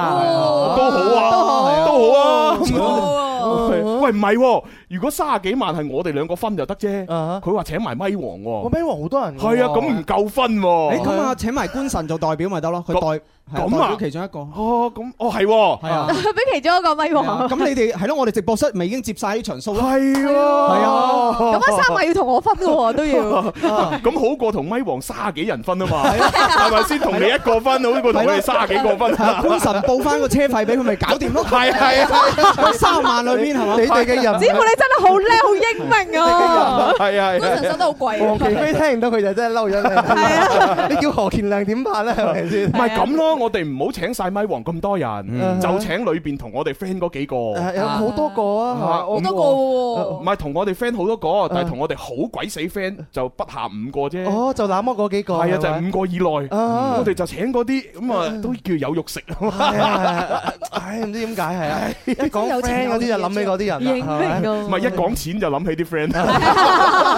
好啊，都好啊，咁
好
樣喂，唔係喎，如果三十幾萬係我哋兩個分就得啫，佢話請埋咪王
我
喎，
咪王好多人㗎
係啊，咁唔夠分喎
誒，咁啊，請埋官神做代表咪得咯，佢代係
咁啊
代表其中一個。
哦，咁哦係喎，
係啊。
俾其中一個咪
係啊
王。
咁你哋係咯，我哋直播室咪已經接晒呢場 show 啦。
係喎，
係
哦
啊。
咁啊，三位要同我 分嘅喎，都要。
咁好過同咪王卅幾人分啊嘛，係咪先？同你一個分好過同你哋卅幾個分。啊
官神報翻個車費俾佢，咪搞掂咯。
係係係
三萬裏邊係嘛？
你哋嘅人
子富，你真係好叻，好英明啊！
係啊，
官神收得好貴啊
黃奇飛聽唔到佢就真係嬲咗你。係啊，你叫何建亮點辦咧？啊係咪先？
唔係咁咯，我哋唔好請晒咪王咁多人，
嗯
就請裏邊同我哋 friend 嗰幾
誒，
個。
有好多個啊，
啊
好
多
個喎
唔係同我哋 friend 好多個，但係同我哋好鬼死 friend 就不下五個啫。
哦，就那麼嗰幾個。
係啊，就
咪
係五個以內，
啊嗯
我哋就請嗰啲咁啊，都叫有肉食。
係啊係啊唉，唔知點 解係啊！ 一講 friend 嗰啲就諗起嗰啲人啦，係咪
唔係一講錢就諗起啲 friend，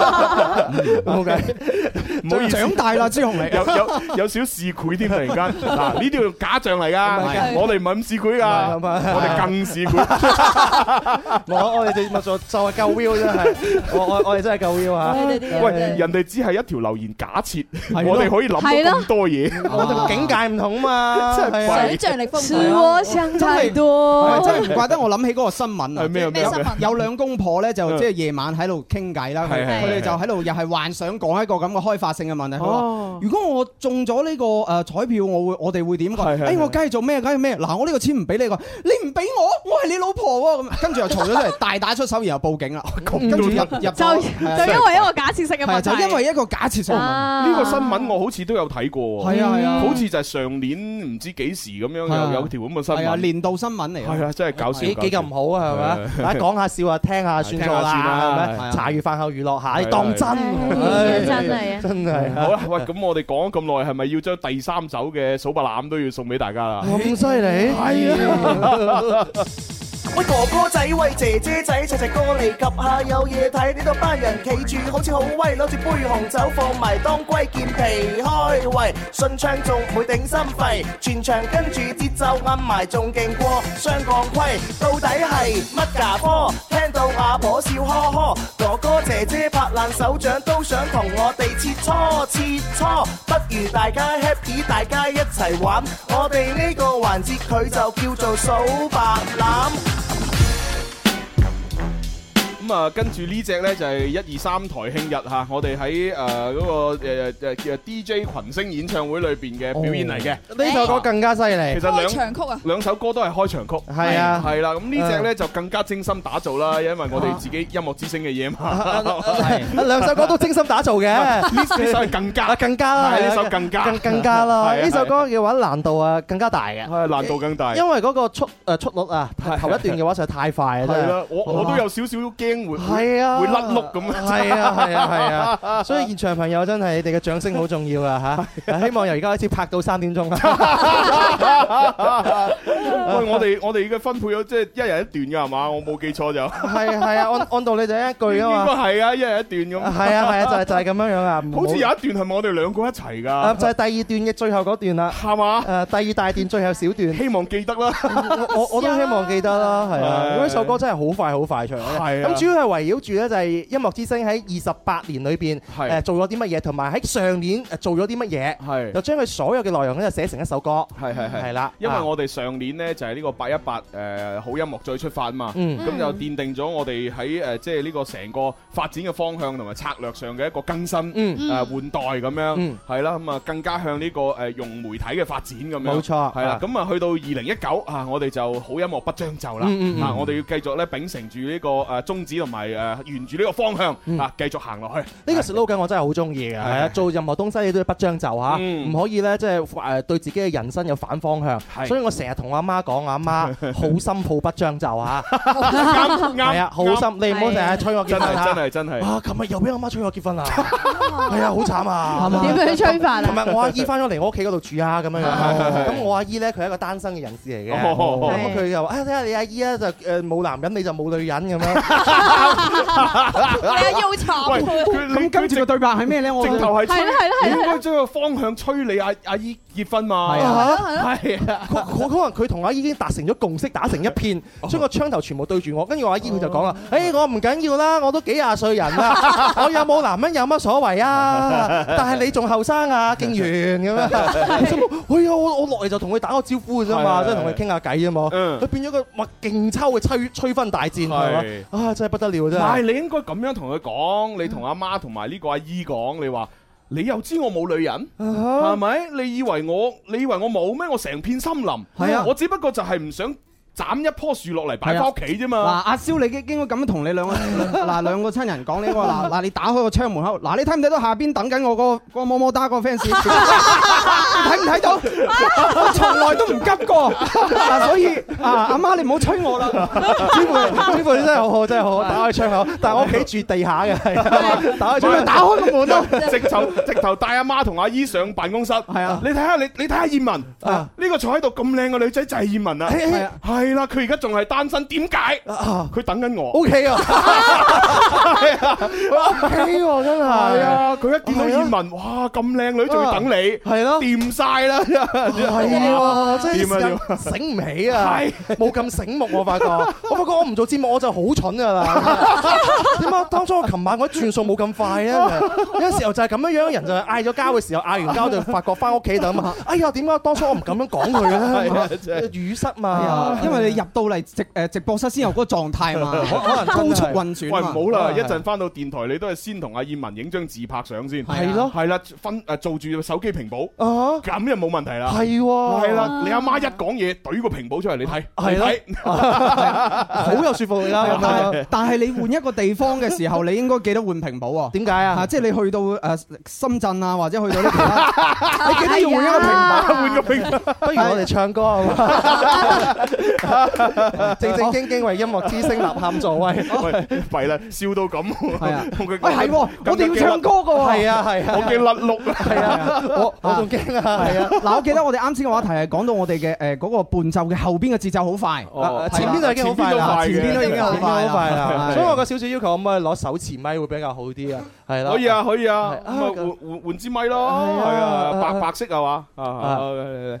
冇計，
唔好意思，
長大啦朱紅你
有有有少市儈添，突然間嗱，呢啲叫假象嚟
唔係
㗎，
㗎
我哋唔係咁市儈㗎，
唔係咁啊
我哋更市儈。
我我哋就咪就就係夠 will 真係， 我我我哋真係夠 will 啊！
喂，人哋只係一條留言假設，
咯
我哋可以諗到咁多嘢，
我哋境界唔同 嘛，
真係
係啊
鬼
是我想太
係
多。
真係唔怪得我諗起嗰個新聞啊！
係咩咩咩新聞嗯
有兩公婆咧，就即係夜晚喺度傾偈啦。
係
佢
係
佢哋
係
就喺度又係幻想講一個咁嘅開發性嘅問題。佢話
哦：
如果我中咗呢個誒彩票，我會我哋會點？
係係
誒，我梗係做咩？梗係咩？嗱，我呢個錢唔俾你個，你唔俾我，我係你老婆喎。咁跟住又嘈咗出嚟，大打出手，然後報警啦。
嗯
跟住入入啊
就就因為一個假設性嘅
係啊
問
就
題，
因為一個假設性嘅問題。
呢個新聞我好似都有睇過，
係啊係啊
好似就係上年唔知幾時咁樣有有條咁嘅新
係啊，
聞，
年度新聞嚟㗎。
係啊，真係搞笑，
幾幾咁好啊，係咪啊
係？
大家講下笑啊，聽下算數
聽下算
啦，係
啦係
咪？
啊
茶餘飯後娛樂下，你當真，
係
唉
真
係啊
真係啊
好啦，喂，咁我哋講咗咁耐，係咪要將第三首嘅數白欖都要送俾大家啦？
咁犀利，係啊！
喂哥哥仔，喂姐姐仔，齊齊過嚟及下有嘢睇。呢度班人企住好似好威，攞住杯紅酒放埋當歸健脾開胃，順暢仲唔會頂心肺，全場跟住節奏暗埋仲勁過雙槓盔。到底係乜牙科？聽到阿婆笑呵呵，哥哥姐姐拍爛手掌都想同我哋切磋切磋，不如大家 happy，大家一齊玩。我哋呢個環節佢就叫做數白欖。
咁啊，跟住呢只呢，就係一二三台慶日嚇，我哋喺誒嗰個誒誒誒 DJ 群星演唱會裏邊嘅表演嚟嘅。
呢首歌更加犀利。
其實兩兩首歌都係開場曲。
係啊
係啦。咁呢只
啊
呢，就更加精心打造啦，因為我哋自己音樂之星嘅嘢嘛。
啊兩首歌都精心打造嘅，
呢呢首係更加，
更加啦，
係呢首更加
更更加啦。
係啊
呢首歌嘅話難度啊更加大嘅，
係難度更大
因為嗰個速誒速率啊，頭一段嘅話實在太快啊，
係
真係
啦，我我都有少少驚會
係啊，
會甩碌咁啊。
係啊，係啊，係啊，所以現場朋友真係你哋嘅掌聲好重要啊嚇！希望由而家開始拍到三點鐘啦。
喂，我哋我哋嘅分配咗即係一人一段㗎係嘛？我冇記錯就。
係啊係啊，按按道理就一句啊
應該
嘛。
係啊，一人一段咁。
係啊係啊，就係就係咁樣樣啊。唔
好似有一段係咪我哋兩個一齊
啊，
㗎？
就係第二段嘅最後嗰段啦，
係嘛？
誒，第二大段最後小段，
希望記得啦，
我我都希望記得啦，係 啊，
係
因為呢首歌真係好快好快唱嘅，
係啊
咁主要係圍繞住咧就係音樂之星喺二十八年裏邊
係
誒做咗啲乜嘢，同埋喺上年誒做咗啲乜嘢，
係
就將佢所有嘅內容咧寫成一首歌，
係係係
係啦，
因為
啊
我哋上年呢，就係呢個八一八誒好音樂再出發啊嘛，
嗯
咁就奠定咗我哋喺誒即係呢個成個發展嘅方向同埋策略上嘅一個更新，
嗯
誒換代咁樣
嗯，
係啦，咁啊更加向呢個誒用媒體嘅發展咁樣，
冇錯
係啦
啊，
咁啊去到二零一九啊，我哋就好音樂不將就啦，
嗯嗯嗯
啊我哋要繼續咧秉承住呢個誒宗旨同埋誒沿住呢個方
嗯
向啊繼續行落去。
呢個 slogan 我真係好中意嘅，係啊，做任何東西你都要不將就嚇，
嗯
唔可以咧即係誒對自己嘅人生有反方向，
係
所以我成日同阿媽講，阿 媽好心抱不將就嚇，
啱啱
係啊，好心你唔好成日催我結
真
婚
係
嚇
真係真係。
Ờ,
啊！琴日又俾阿媽催我結婚
à?
啦，係啊，好慘啊！
係嘛 點樣催法啊
琴日我阿姨翻咗嚟我屋企嗰度住
à,
啊，咁樣
係
樣。咁我阿姨咧，佢係一個單身嘅人士嚟嘅，
哦哦哦
咁佢又話：，啊，睇下你阿姨咧就誒冇男人，你就冇女人咁 樣。
你又慘喎，
咁跟住個對白係咩咧？我直頭係
係啦係啦係
你
啦
應該將個方向催你阿阿姨結婚嘛。
係啊
係啊，
佢佢可能佢同我阿姨已經達成咗共識，打成一片，將個槍頭全部對住我，跟住我阿姨佢就講啦：，誒，我唔緊要啦，我都幾廿歲人啦，我有冇男人有乜所謂啊？但係你仲後生啊，勁完咁樣。心諗哎呀，我我落嚟就同佢打個招呼嘅啫嘛，
係嗯
即係同佢傾下偈啫嘛。佢變咗個哇勁抽嘅吹吹分大戰係嘛
係？
啊，真係不得了
唔
真
係
係。
你應該咁樣同佢講，你同阿媽同埋呢個阿姨講，你話。你又知我冇女人，係咪？你以為我，你以為我冇咩？我成片森林，係
啊
我只不過就係唔想斬一棵樹落嚟擺
係啊
翻屋企啫
嗱，
嘛。
阿蕭，你應應該咁樣同你兩個 嗱兩個親人講呢個 嗱嗱，你打開個窗門口，嗱你睇唔睇到下邊等緊我嗰個嗰個麼么哒嗰個 fans？你睇唔睇到？ 我從來都唔急過，嗱所以啊阿媽你唔好催 我啦，
朱佩，朱佩真係好好，真係好好，打開窗口。但係我屋企住地下嘅，係打開窗
咪
口，
打
開個門咯，
啊 直頭直頭帶阿媽同阿姨上辦公室。係
啊，
你睇下你你睇下葉文啊，呢個坐喺度咁靚嘅女仔就係葉文啊。
係啊
係啦，佢而家仲係單身，點解？佢等緊我。
O K 啊，O K 喎，真係。
係啊，佢一見到葉文，哇咁靚女，仲要等你，
係咯，
掂晒啦，
係喎，真
掂啊
係時間醒唔起啊
係，
冇咁醒目我發覺，我發覺我唔做節目我就好蠢噶啦。點解當初我琴晚我啲轉數冇咁快咧？有時候就係咁樣樣，人就係嗌咗交嘅時候，嗌完交就發覺翻屋企就咁啊！哎呀，點解當初我唔咁樣講佢
係啊
咧？語塞嘛，
因為你入到嚟直誒直播室先有嗰個狀態 嘛，可能高速運轉
喂，
啊
唔
嘛
好啦，一陣翻到電台，你都係先同阿葉文影張自拍相先，
係咯
係啦，分誒做住手機屏保，
啊，
咁就冇問題啦。
係喎
係啦，你阿媽一講嘢，懟個屏保出嚟，你睇，
係咯
你睇
啊
好有說服力啦。咁
但
樣
係但係你換一個地方嘅時候，你應該記得換屏保 喎。
點解啊？
即係你去到誒深圳啊，或者去到呢其
啊
他，你記得要換一個屏保。啊
換個屏保。
不如我哋唱歌好嘛？
正正經經為音樂之聲呐喊助威。
喂，弊啦，笑到咁。係
啊，
喂
喂係喎我哋要唱歌㗎喎
係啊係啊，我驚甩碌啊。係
啊，我我仲驚啊，係
係
啊
啊，。嗱，我記得我哋啱先嘅話題係講到我哋嘅誒嗰個伴奏嘅後邊嘅節奏好快，
啊
啊
前邊就已經好快啦，
前邊都已經好快
好快啦。所以我
所
個小小要求可唔可以攞手持咪會比較好啲
à.
啊？係啦，
可以啊，可以啊，
係
咁啊換換換支咪咯，
係啊
係啊，
啊
白白色係嘛，啊
啊
啊嚟嚟
誒誒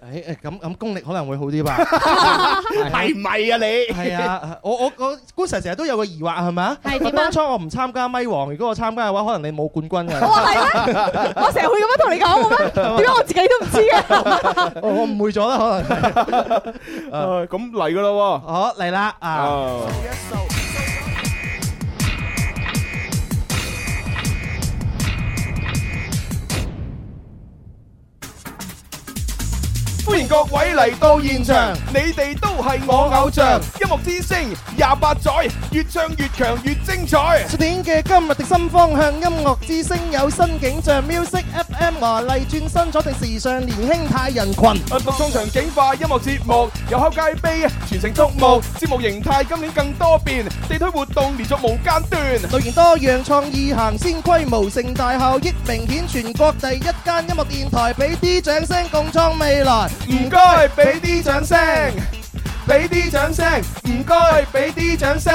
咁咁功力可能會好啲吧？
係咪啊你
係啊，我我我官神成日都有個疑惑係咪啊？
係點啊
當初我唔參加咪王，如果我參加嘅話，可能你冇冠軍㗎。
我話係咩？我成日會咁樣同你講嘅咩？點解我自己都唔知嘅？
我我誤會咗啦，可能。
嚟，咁嚟噶啦喎，
好嚟啦啊！
歡迎各位嚟到現場，你哋都係我偶像，音樂之星廿八載，越唱越強越精彩。
出年嘅今日的新方向，音樂之聲有新景象，music FM 華麗轉身，咗定時尚年輕態人群。
奔放衝場景化音樂節目，遊客街碑全城矚目，節目形態今年更多變，地推活動連續無間斷。
類型多樣創意行先，規模盛大效益明顯，全國第一間音樂電台，俾啲掌聲共創未來。
唔該，俾啲掌聲，俾啲掌聲，唔該，俾啲掌聲。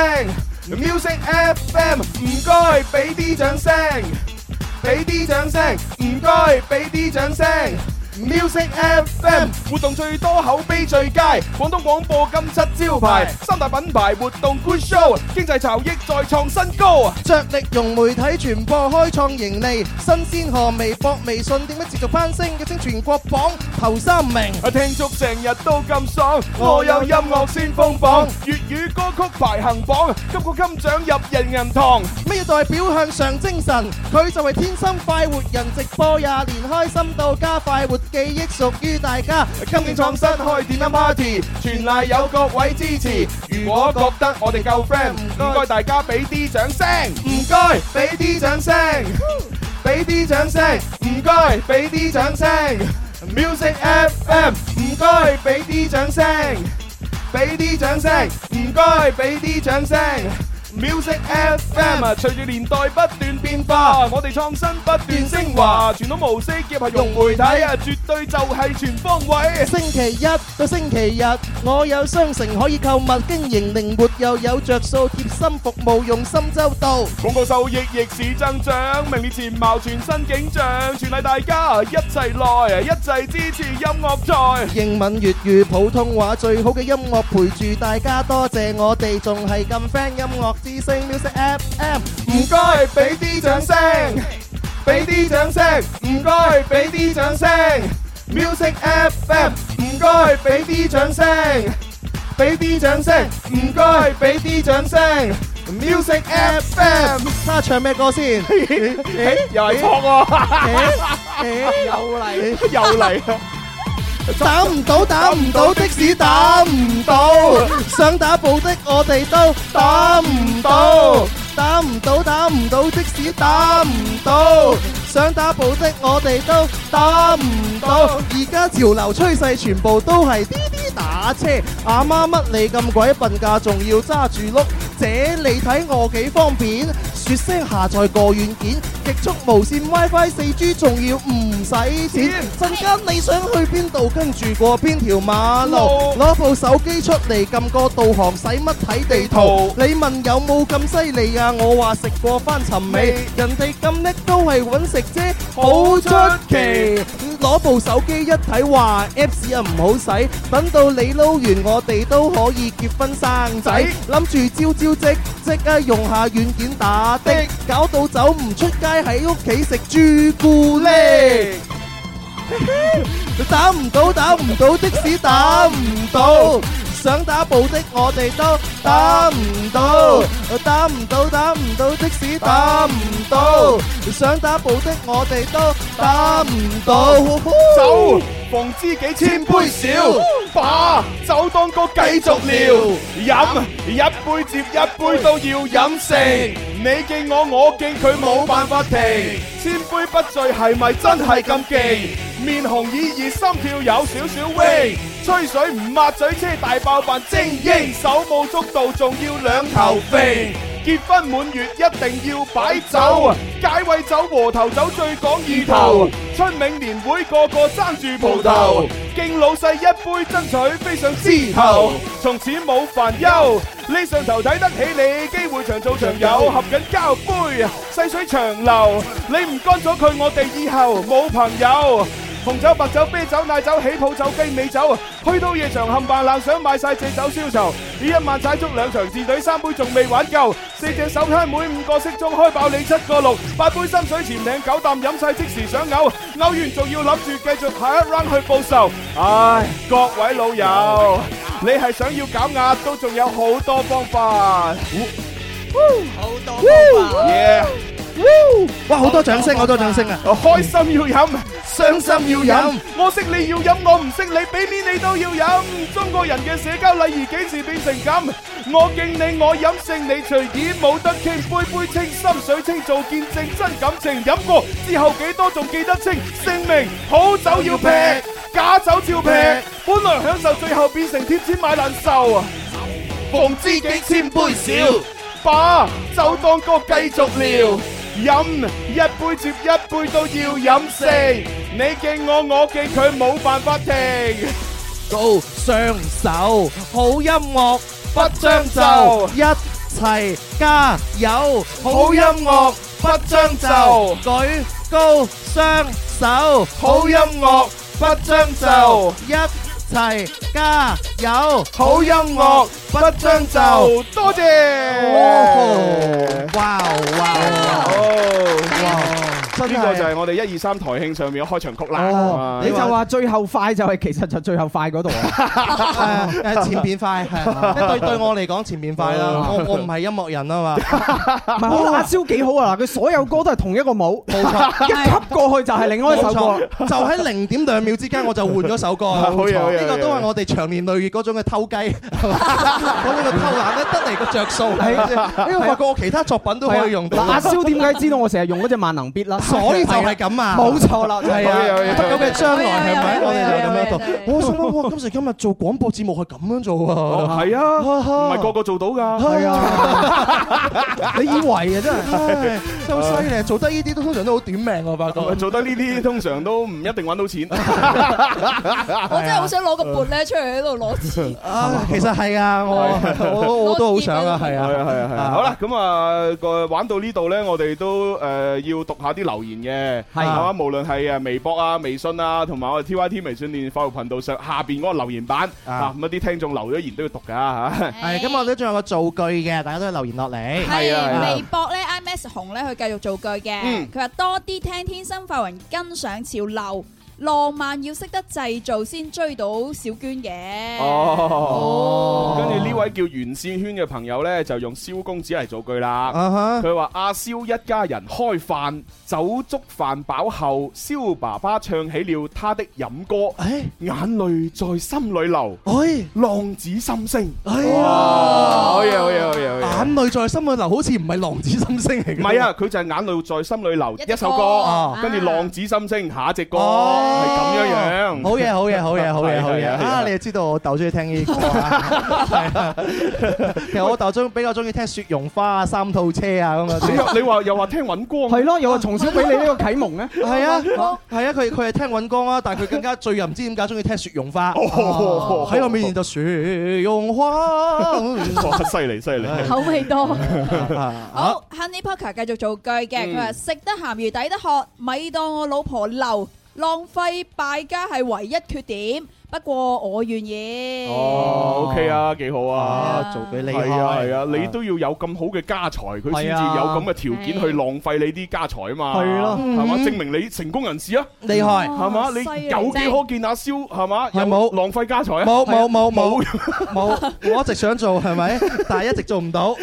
Music FM，唔該，俾啲掌聲，俾啲掌聲，唔該，俾啲掌聲。Music FM 活動最多口碑最佳，廣東廣播金漆招牌，三大品牌活動 Good Show，經濟效益再創新高。
着力用媒體傳播開創盈利，新鮮河微博、微信點樣持續攀升，躍升全國榜頭三名。
啊，聽足成日都咁爽，我有音樂先鋒榜，粵語歌曲排行榜，金曲金獎入人銀堂。
咩代表向上精神？佢就係天生快活人，直播廿年開心到家，快活記憶屬於大家。
今年創新開電音 party，全賴有各位支持。如果覺得我哋夠 friend，唔該大家俾啲掌聲，唔該俾啲掌聲，俾啲掌聲，唔該俾啲掌聲。Music FM，唔該俾啲掌聲，俾啲掌聲，唔該俾啲掌聲。Music FM 啊，隨住年代不斷變化，我哋創新不斷升華，傳統模式結合融媒體啊，絕對就係全方位。
星期一到星期日，我有商城可以購物，經營靈活又有着數，貼心服務用心周到。
廣告收益逆市增長，明年前貌全新景象，全賴大家一齊來，一齊支持音樂在。
英文、粵語、普通話最好嘅音樂陪住大家，多謝我哋仲係咁 friend。音樂之聲 music FM，
唔該俾啲掌聲，俾啲掌聲，唔該俾啲掌聲。Music FM，唔該俾啲掌聲，俾啲掌聲，唔該俾啲掌聲。Music FM，
他唱咩 歌先？
又係錯喎，
哎
又嚟，
又嚟。
打唔到，打唔到的士打唔到，想打部的我哋都打唔到，打唔到，打唔到的士打唔到，想打部的我哋都打唔到。而家潮流趨勢全部都係滴滴打車，阿媽乜你咁鬼笨㗎，仲要揸住碌？姐你睇我幾方便，説聲下載個軟件，極速無線 WiFi 四 G 仲要唔使錢。陣間你想去邊度，跟住過邊條馬路，
路
攞部手機出嚟撳個導航，使乜睇地圖
圖？
你問有冇咁犀利啊？我話食過翻尋味
味，
人哋咁叻都係揾食啫，好出奇。嗯攞部手機一睇，話 Apps 啊唔好使，等到你撈完，我哋都可以結婚生仔。諗住朝朝即即啊，用下軟件打的，搞到走唔出街，喺屋企食朱古力。打唔到，打唔到的士打唔到，想打部的我哋都打唔到，打唔到，打唔到的士打唔到，想打部的我哋都打唔到。
走，防知己千杯少，把酒當歌繼續聊，飲一杯接一杯都要飲成，你敬我，我敬佢，冇辦法停。千杯不醉係咪真係咁忌？面紅耳熱，心跳有少少 w 吹水唔抹嘴，車大爆飯精英，手舞足蹈仲要兩頭肥。結婚滿月一定要擺酒，解穢酒和頭酒最講意頭。春茗年會個個爭住葡萄，敬老細一杯爭取飛上枝頭。從此冇煩憂，呢上頭睇得起你，機會長做長有，合緊交杯，細水長流。你唔乾咗佢，我哋以後冇朋友。紅酒、白酒、啤酒、奶酒、起泡酒、雞尾酒，去到夜場冚唪唥想買晒借酒消愁。呢一晚踩足兩場自隊，三杯仲未玩夠，四隻手攤每五個色盅開爆你七個六，八杯心水潛艇九啖飲晒即時想嘔，嘔完仲要諗住繼續下一 round 去報仇。唉，各位老友，你係想要減壓都仲有好多方法。
好多
Yeah
哇，好多掌聲，好多掌
à?
聲啊！
開心要飲，傷心要飲。我識你要飲，我唔識你，俾面你都要飲。中國人嘅社交禮儀幾時變成咁？我敬你，我飲勝你，隨意冇得傾，杯杯清，心水清，做見證真感情。飲過之後幾多仲記得清？姓名好酒要劈，假酒照劈。本來享受，最後變成貼錢買難受啊！逢知己千杯少，把酒當歌繼續聊。飲一杯接一杯都要飲四，你敬我，我敬佢，冇辦法停。
高雙手，好音樂不將就，一齊加油！好音樂不將就，舉高雙手，好音樂不將就，一齊加油！好音樂不將就，
多謝。哇！
真係
哇哇
哦呢個就係我哋一二三台慶上面嘅開場曲
哦
啦。啊
你就話最後快就係其實就最後快嗰度啊，
誒誒前邊快係，對對我嚟講前邊快啦，我我唔係音樂人啊嘛。
唔係好辣椒幾好啊！嗱，佢所有歌都係同一個舞，冇
錯
一級過去就係另外一首歌
冇，錯就喺零點兩秒之間我就換 咗首歌，
好嘢
冇錯
好嘢
呢個都係我哋長年累月嗰種嘅偷雞， 嗰種嘅偷懶咧得嚟個着數，
係
啊
啊
因為發覺我其他作品都可以用到。
嗱阿蕭點解知道我成日用嗰隻萬能筆啦？
所以就係咁啊，
冇錯啦，
係啊，得咁嘅將來係啊咪？我哋就咁樣
做。
做。我心諗，哇！今時今日做廣播節目係咁樣做
哦
喎，
係啊，唔係個個做到㗎。 係
啊，你以為啊 真係
唉，
真係好犀利，做得呢啲都通常都好短命我發覺。
啊做得呢啲通常都唔一定揾到 錢。
我真係好想攞個撥咧出嚟喺度攞錢。
啊，其實係啊， 我我我都好想啊，係啊，
係啊係啊係啊！好啦，咁啊個玩到呢度咧，我哋都呃誒要讀下啲留言嘅，係嘛？無論係誒微博啊、微信啊，同埋我哋 T Y T 微信電化育頻道上下邊嗰個留言版啊，咁一啲聽眾留咗言都要讀㗎啊 嚇。
係，咁我哋仲有個造句嘅，大家都留言落嚟。
哎係啊係啊
微博咧，IMS 紅咧，佢繼續造句嘅
嗯。
佢話多啲聽《天生快云》，跟上潮流，浪漫要識得製造先追到小娟嘅。
哦，跟住呢位叫袁善圈嘅朋友呢，就用蕭公子嚟造句啦。
啊
佢話：阿蕭一家人開飯，酒足飯飽後，蕭爸爸唱起了他的飲歌，眼淚在心裏流，浪子心聲。哇好嘢好嘢好嘢好嘢！
眼淚在心裏流，好似唔係浪子心聲嚟嘅。
唔係啊，佢就係眼淚在心裏流一首
哦
歌，跟住浪子心聲下一隻歌，係咁樣樣。
好嘢，好嘢，好嘢，好 嘢，好嘢！
係係係
啊，你就知道我豆中意聽呢啲歌啊， 係啊。其實我豆中比較中意聽《雪容花》啊，《三套車》啊咁
你又
啊。
你話又話聽尹光，
係咯，又話從小俾你呢個啟蒙咧，
係 啊，係啊，佢佢係聽尹光啊，但係佢更加最又唔知點解中意聽《雪容花》
哦
啊。喺我面前就雪容花，
哇！犀利犀 利，
口味多。
好
好，Honey Poker 繼續做句嘅，佢話
嗯
食得鹹魚抵得渴，咪當我老婆流，浪費敗家係唯一缺點。不過我願意。
哦，OK 啊，幾好啊，
做俾你
係啊
開
係啊，你都要有咁好嘅家財，佢先
係
至
啊
有咁嘅條件去浪費你啲家財啊嘛，
係咯
係嘛，
嗯
證明你成功人士啊，
厲害
係嘛，
犀利
你有幾可見阿蕭係嘛，有冇浪費家財啊？
冇冇冇
係
冇
啊
冇，我一直想做 係咪？但係一直做唔到。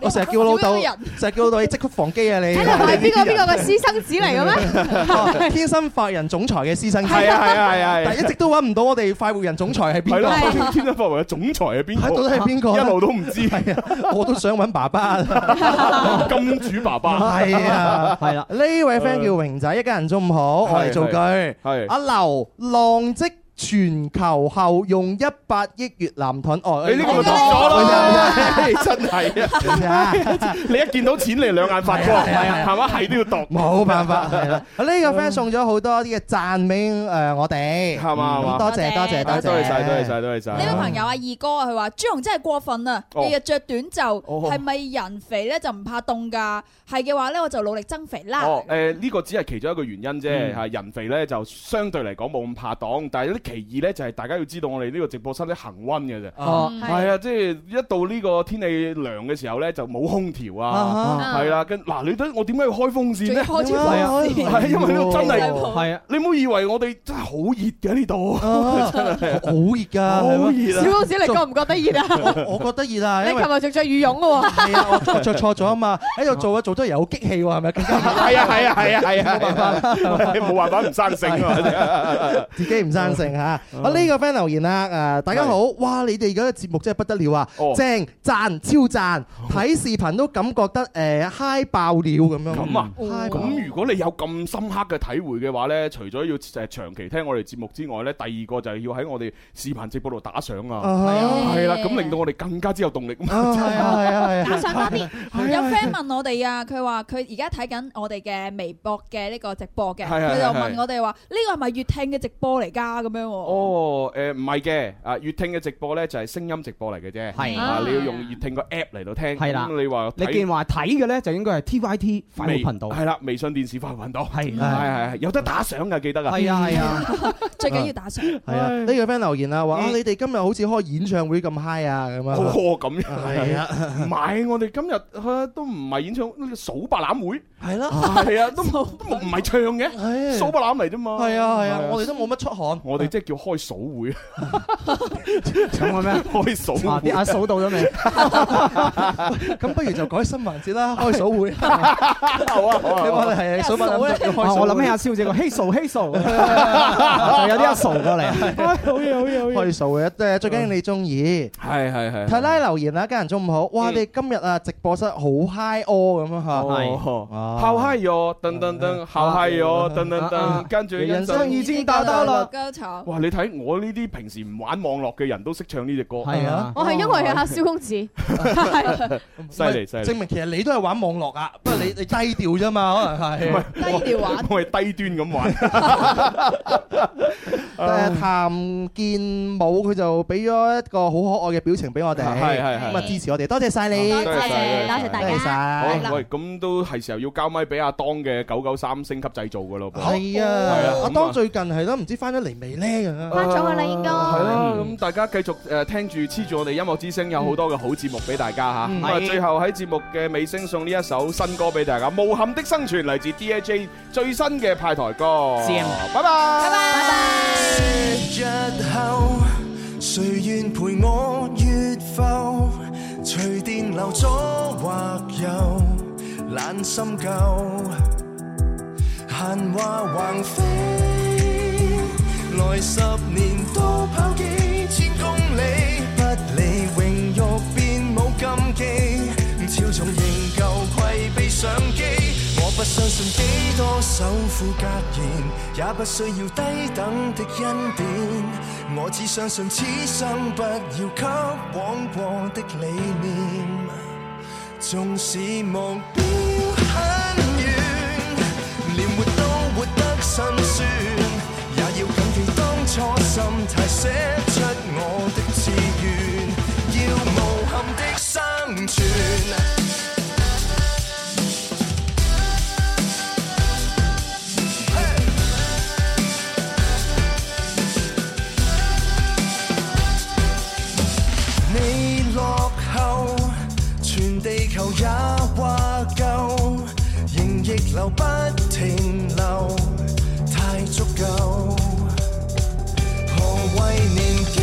我成日叫老豆
你話，
成日叫老豆你即刻防機啊你。哦
睇嚟係邊 個邊個嘅私生子嚟 嘅咩？
天生發人總裁嘅私生子
係啊係啊係啊
但係一直都揾唔到我哋快活人總裁係邊
係
個
咯，天天生發圍嘅總裁係邊個？
到底係邊個
一路都唔知，
係啊，我都想揾爸爸。
金主爸爸
係啊，係啦，呢位 friend 叫榮仔，一家人中午好，我嚟造句。
係
阿劉浪跡全球後用一百億越南盾。哦，
你呢個咪
哦
讀咗咯
係啊
真係啊！你一見到錢你兩眼發
係
光，
啊係啊係啊
係嘛？係都要讀，
冇辦法，係啦。 呢個 friend 送咗好多啲嘅讚俾誒我哋，
係嘛係嘛
咁多謝多謝多謝，
多謝晒，多謝晒，多謝晒。
呢位朋友啊，二哥啊，佢話朱紅真係過分啊，
哦
日日着短袖，
哦
係咪人肥咧就唔怕凍㗎？係嘅話咧，我就努力增肥啦。
哦，誒呢個只係其中一個原因啫，
嗯
嚇人肥咧就相對嚟講冇咁怕擋，但係啲其二咧就係大家要知道我哋呢個直播室咧恒温嘅啫，
哦嗯
係啊，即係一到呢個天氣涼嘅時候咧就冇空調啊
啊，哈
係啦，跟嗱你都我點解要開風扇咧？
仲要開條風扇
係啊係因為呢度真
真係
係
喎係啊，
你唔好以為我哋真係好熱嘅呢度，
啊
真 係
好熱㗎，
好熱啊！
小公子，你覺唔覺得熱啊？
我覺得熱啊，因
你
為
琴日仲着羽絨嘅喎。
係啊，我我 着錯咗啊嘛，喺度做啊做得又好激氣喎，係咪更加？
係啊係啊係啊係啊，冇辦
法，
冇辦法唔生性啊！真係
自己唔生性嚇。
嗯
我呢個 friend 留言啦，誒呃大家好，哇！你哋而家嘅節目真係不得了啊，
哦
正讚超讚，睇視頻都感覺得誒嗨爆了咁樣。
咁啊，
嗨爆
咁如果你有咁深刻嘅體會嘅話呢，除咗要誒長期聽我哋節目之外呢，第二個就係要喺我哋視頻直播度打賞啊，
啊哈
係啦，咁令到我哋更加之有動力。
啊係啊係啊係啊
打賞多 啲。有 friend 問我哋啊，佢話佢而家睇緊我哋嘅微博嘅呢個直播嘅，
係係係
佢就問我哋話：呢個係咪粵聽嘅直播嚟㗎？咁樣喎。
哦，誒唔係嘅，啊粵聽嘅直播呢就係聲音直播嚟嘅啫，
係
啊你要用粵聽個 app 嚟到聽，
係啦
咁你話
你
睇
既然話睇嘅咧，就應該係 TYT 快活
微
頻道。
係啦，微信電視快活頻道係係
啦
係有得打賞嘅，記得啊，
係啊係啊。
最緊要打賞。
係啊，呢個 friend 留言啊，話啊
嗯
你哋今日好似開演唱會咁 high 啊 咁啊。
哦，咁樣
係啊
唔係我哋今日呃都唔係演唱呢個數白欖會，
係咯
係啊，都都唔唔係唱嘅，數白欖嚟啫嘛，
係啊係啊，我哋都冇乜出汗。
我哋即係叫開數 會，
咁嘅咩？
開數
啊
會
啲阿嫂到咗未？
咁不如就改新環 節啦，開數會。
好啊好啊
你話我哋係數白欖要開
啊
數會
我諗起阿 蕭姐個嘿數嘿數，就有啲阿嫂過 嚟。好嘢好嘢好
開數嘅，誒最緊要你中意。
係係係
泰拉留言啦，家人中午好，哇！
嗯
你今日啊直播室好 high 哦咁樣嚇，
哦
啊
好嗨喲，噔噔噔，好嗨喲，噔噔噔，跟住
人生已經
到
到了
高潮。
哇！你睇我呢啲平時唔玩網絡嘅人都識唱呢只歌，
係啊
我係因為 阿蕭公子，係
犀利犀利，
證明其實你都係玩網絡啊，不過你你低調啫嘛，可能係。
低調玩。
我係低端咁玩。
誒譚健武佢就俾咗一個好可愛嘅表情俾我哋，
係係係
咁啊支持我哋，多謝晒你，
多謝多謝多謝大家
多謝晒
好，喂，咁都係時候要交咪俾阿當嘅九九三星級製造噶咯噃。
係啊，阿當最近係咯，唔知翻咗嚟未咧？
翻咗㗎
啦，應該
係啦，咁大家繼續誒聽住黐住我哋音樂之聲，有好多嘅好節目俾大家嚇。
嗯
咁啊，
係
最後喺節目嘅尾聲送呢一首新歌俾大家，《無憾的生存》嚟自 D J J 最新嘅派台歌。拜拜，拜
拜。日後誰願陪我越浮？隨電流左或右，懶心夠。閒話橫飛，來十年多跑幾千公里，不理榮辱便冇禁忌，超重仍舊攜備相機。我不相信幾多首富格言，也不需要低等的恩典，我只相信此生不要給枉過的理念，縱使目標很遠。連活都活得辛酸，也要謹記當初心態，寫出我的志願，要無憾的生存。你落後，全地球也話夠，仍逆流不停留，太足夠。何謂年紀？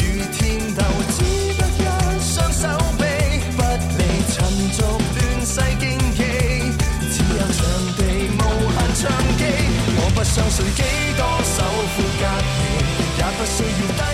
如天鬥，只得一雙手臂，不理塵俗亂世競技，只有場地無限唱機。我不相信幾多首富格言，也不需要低。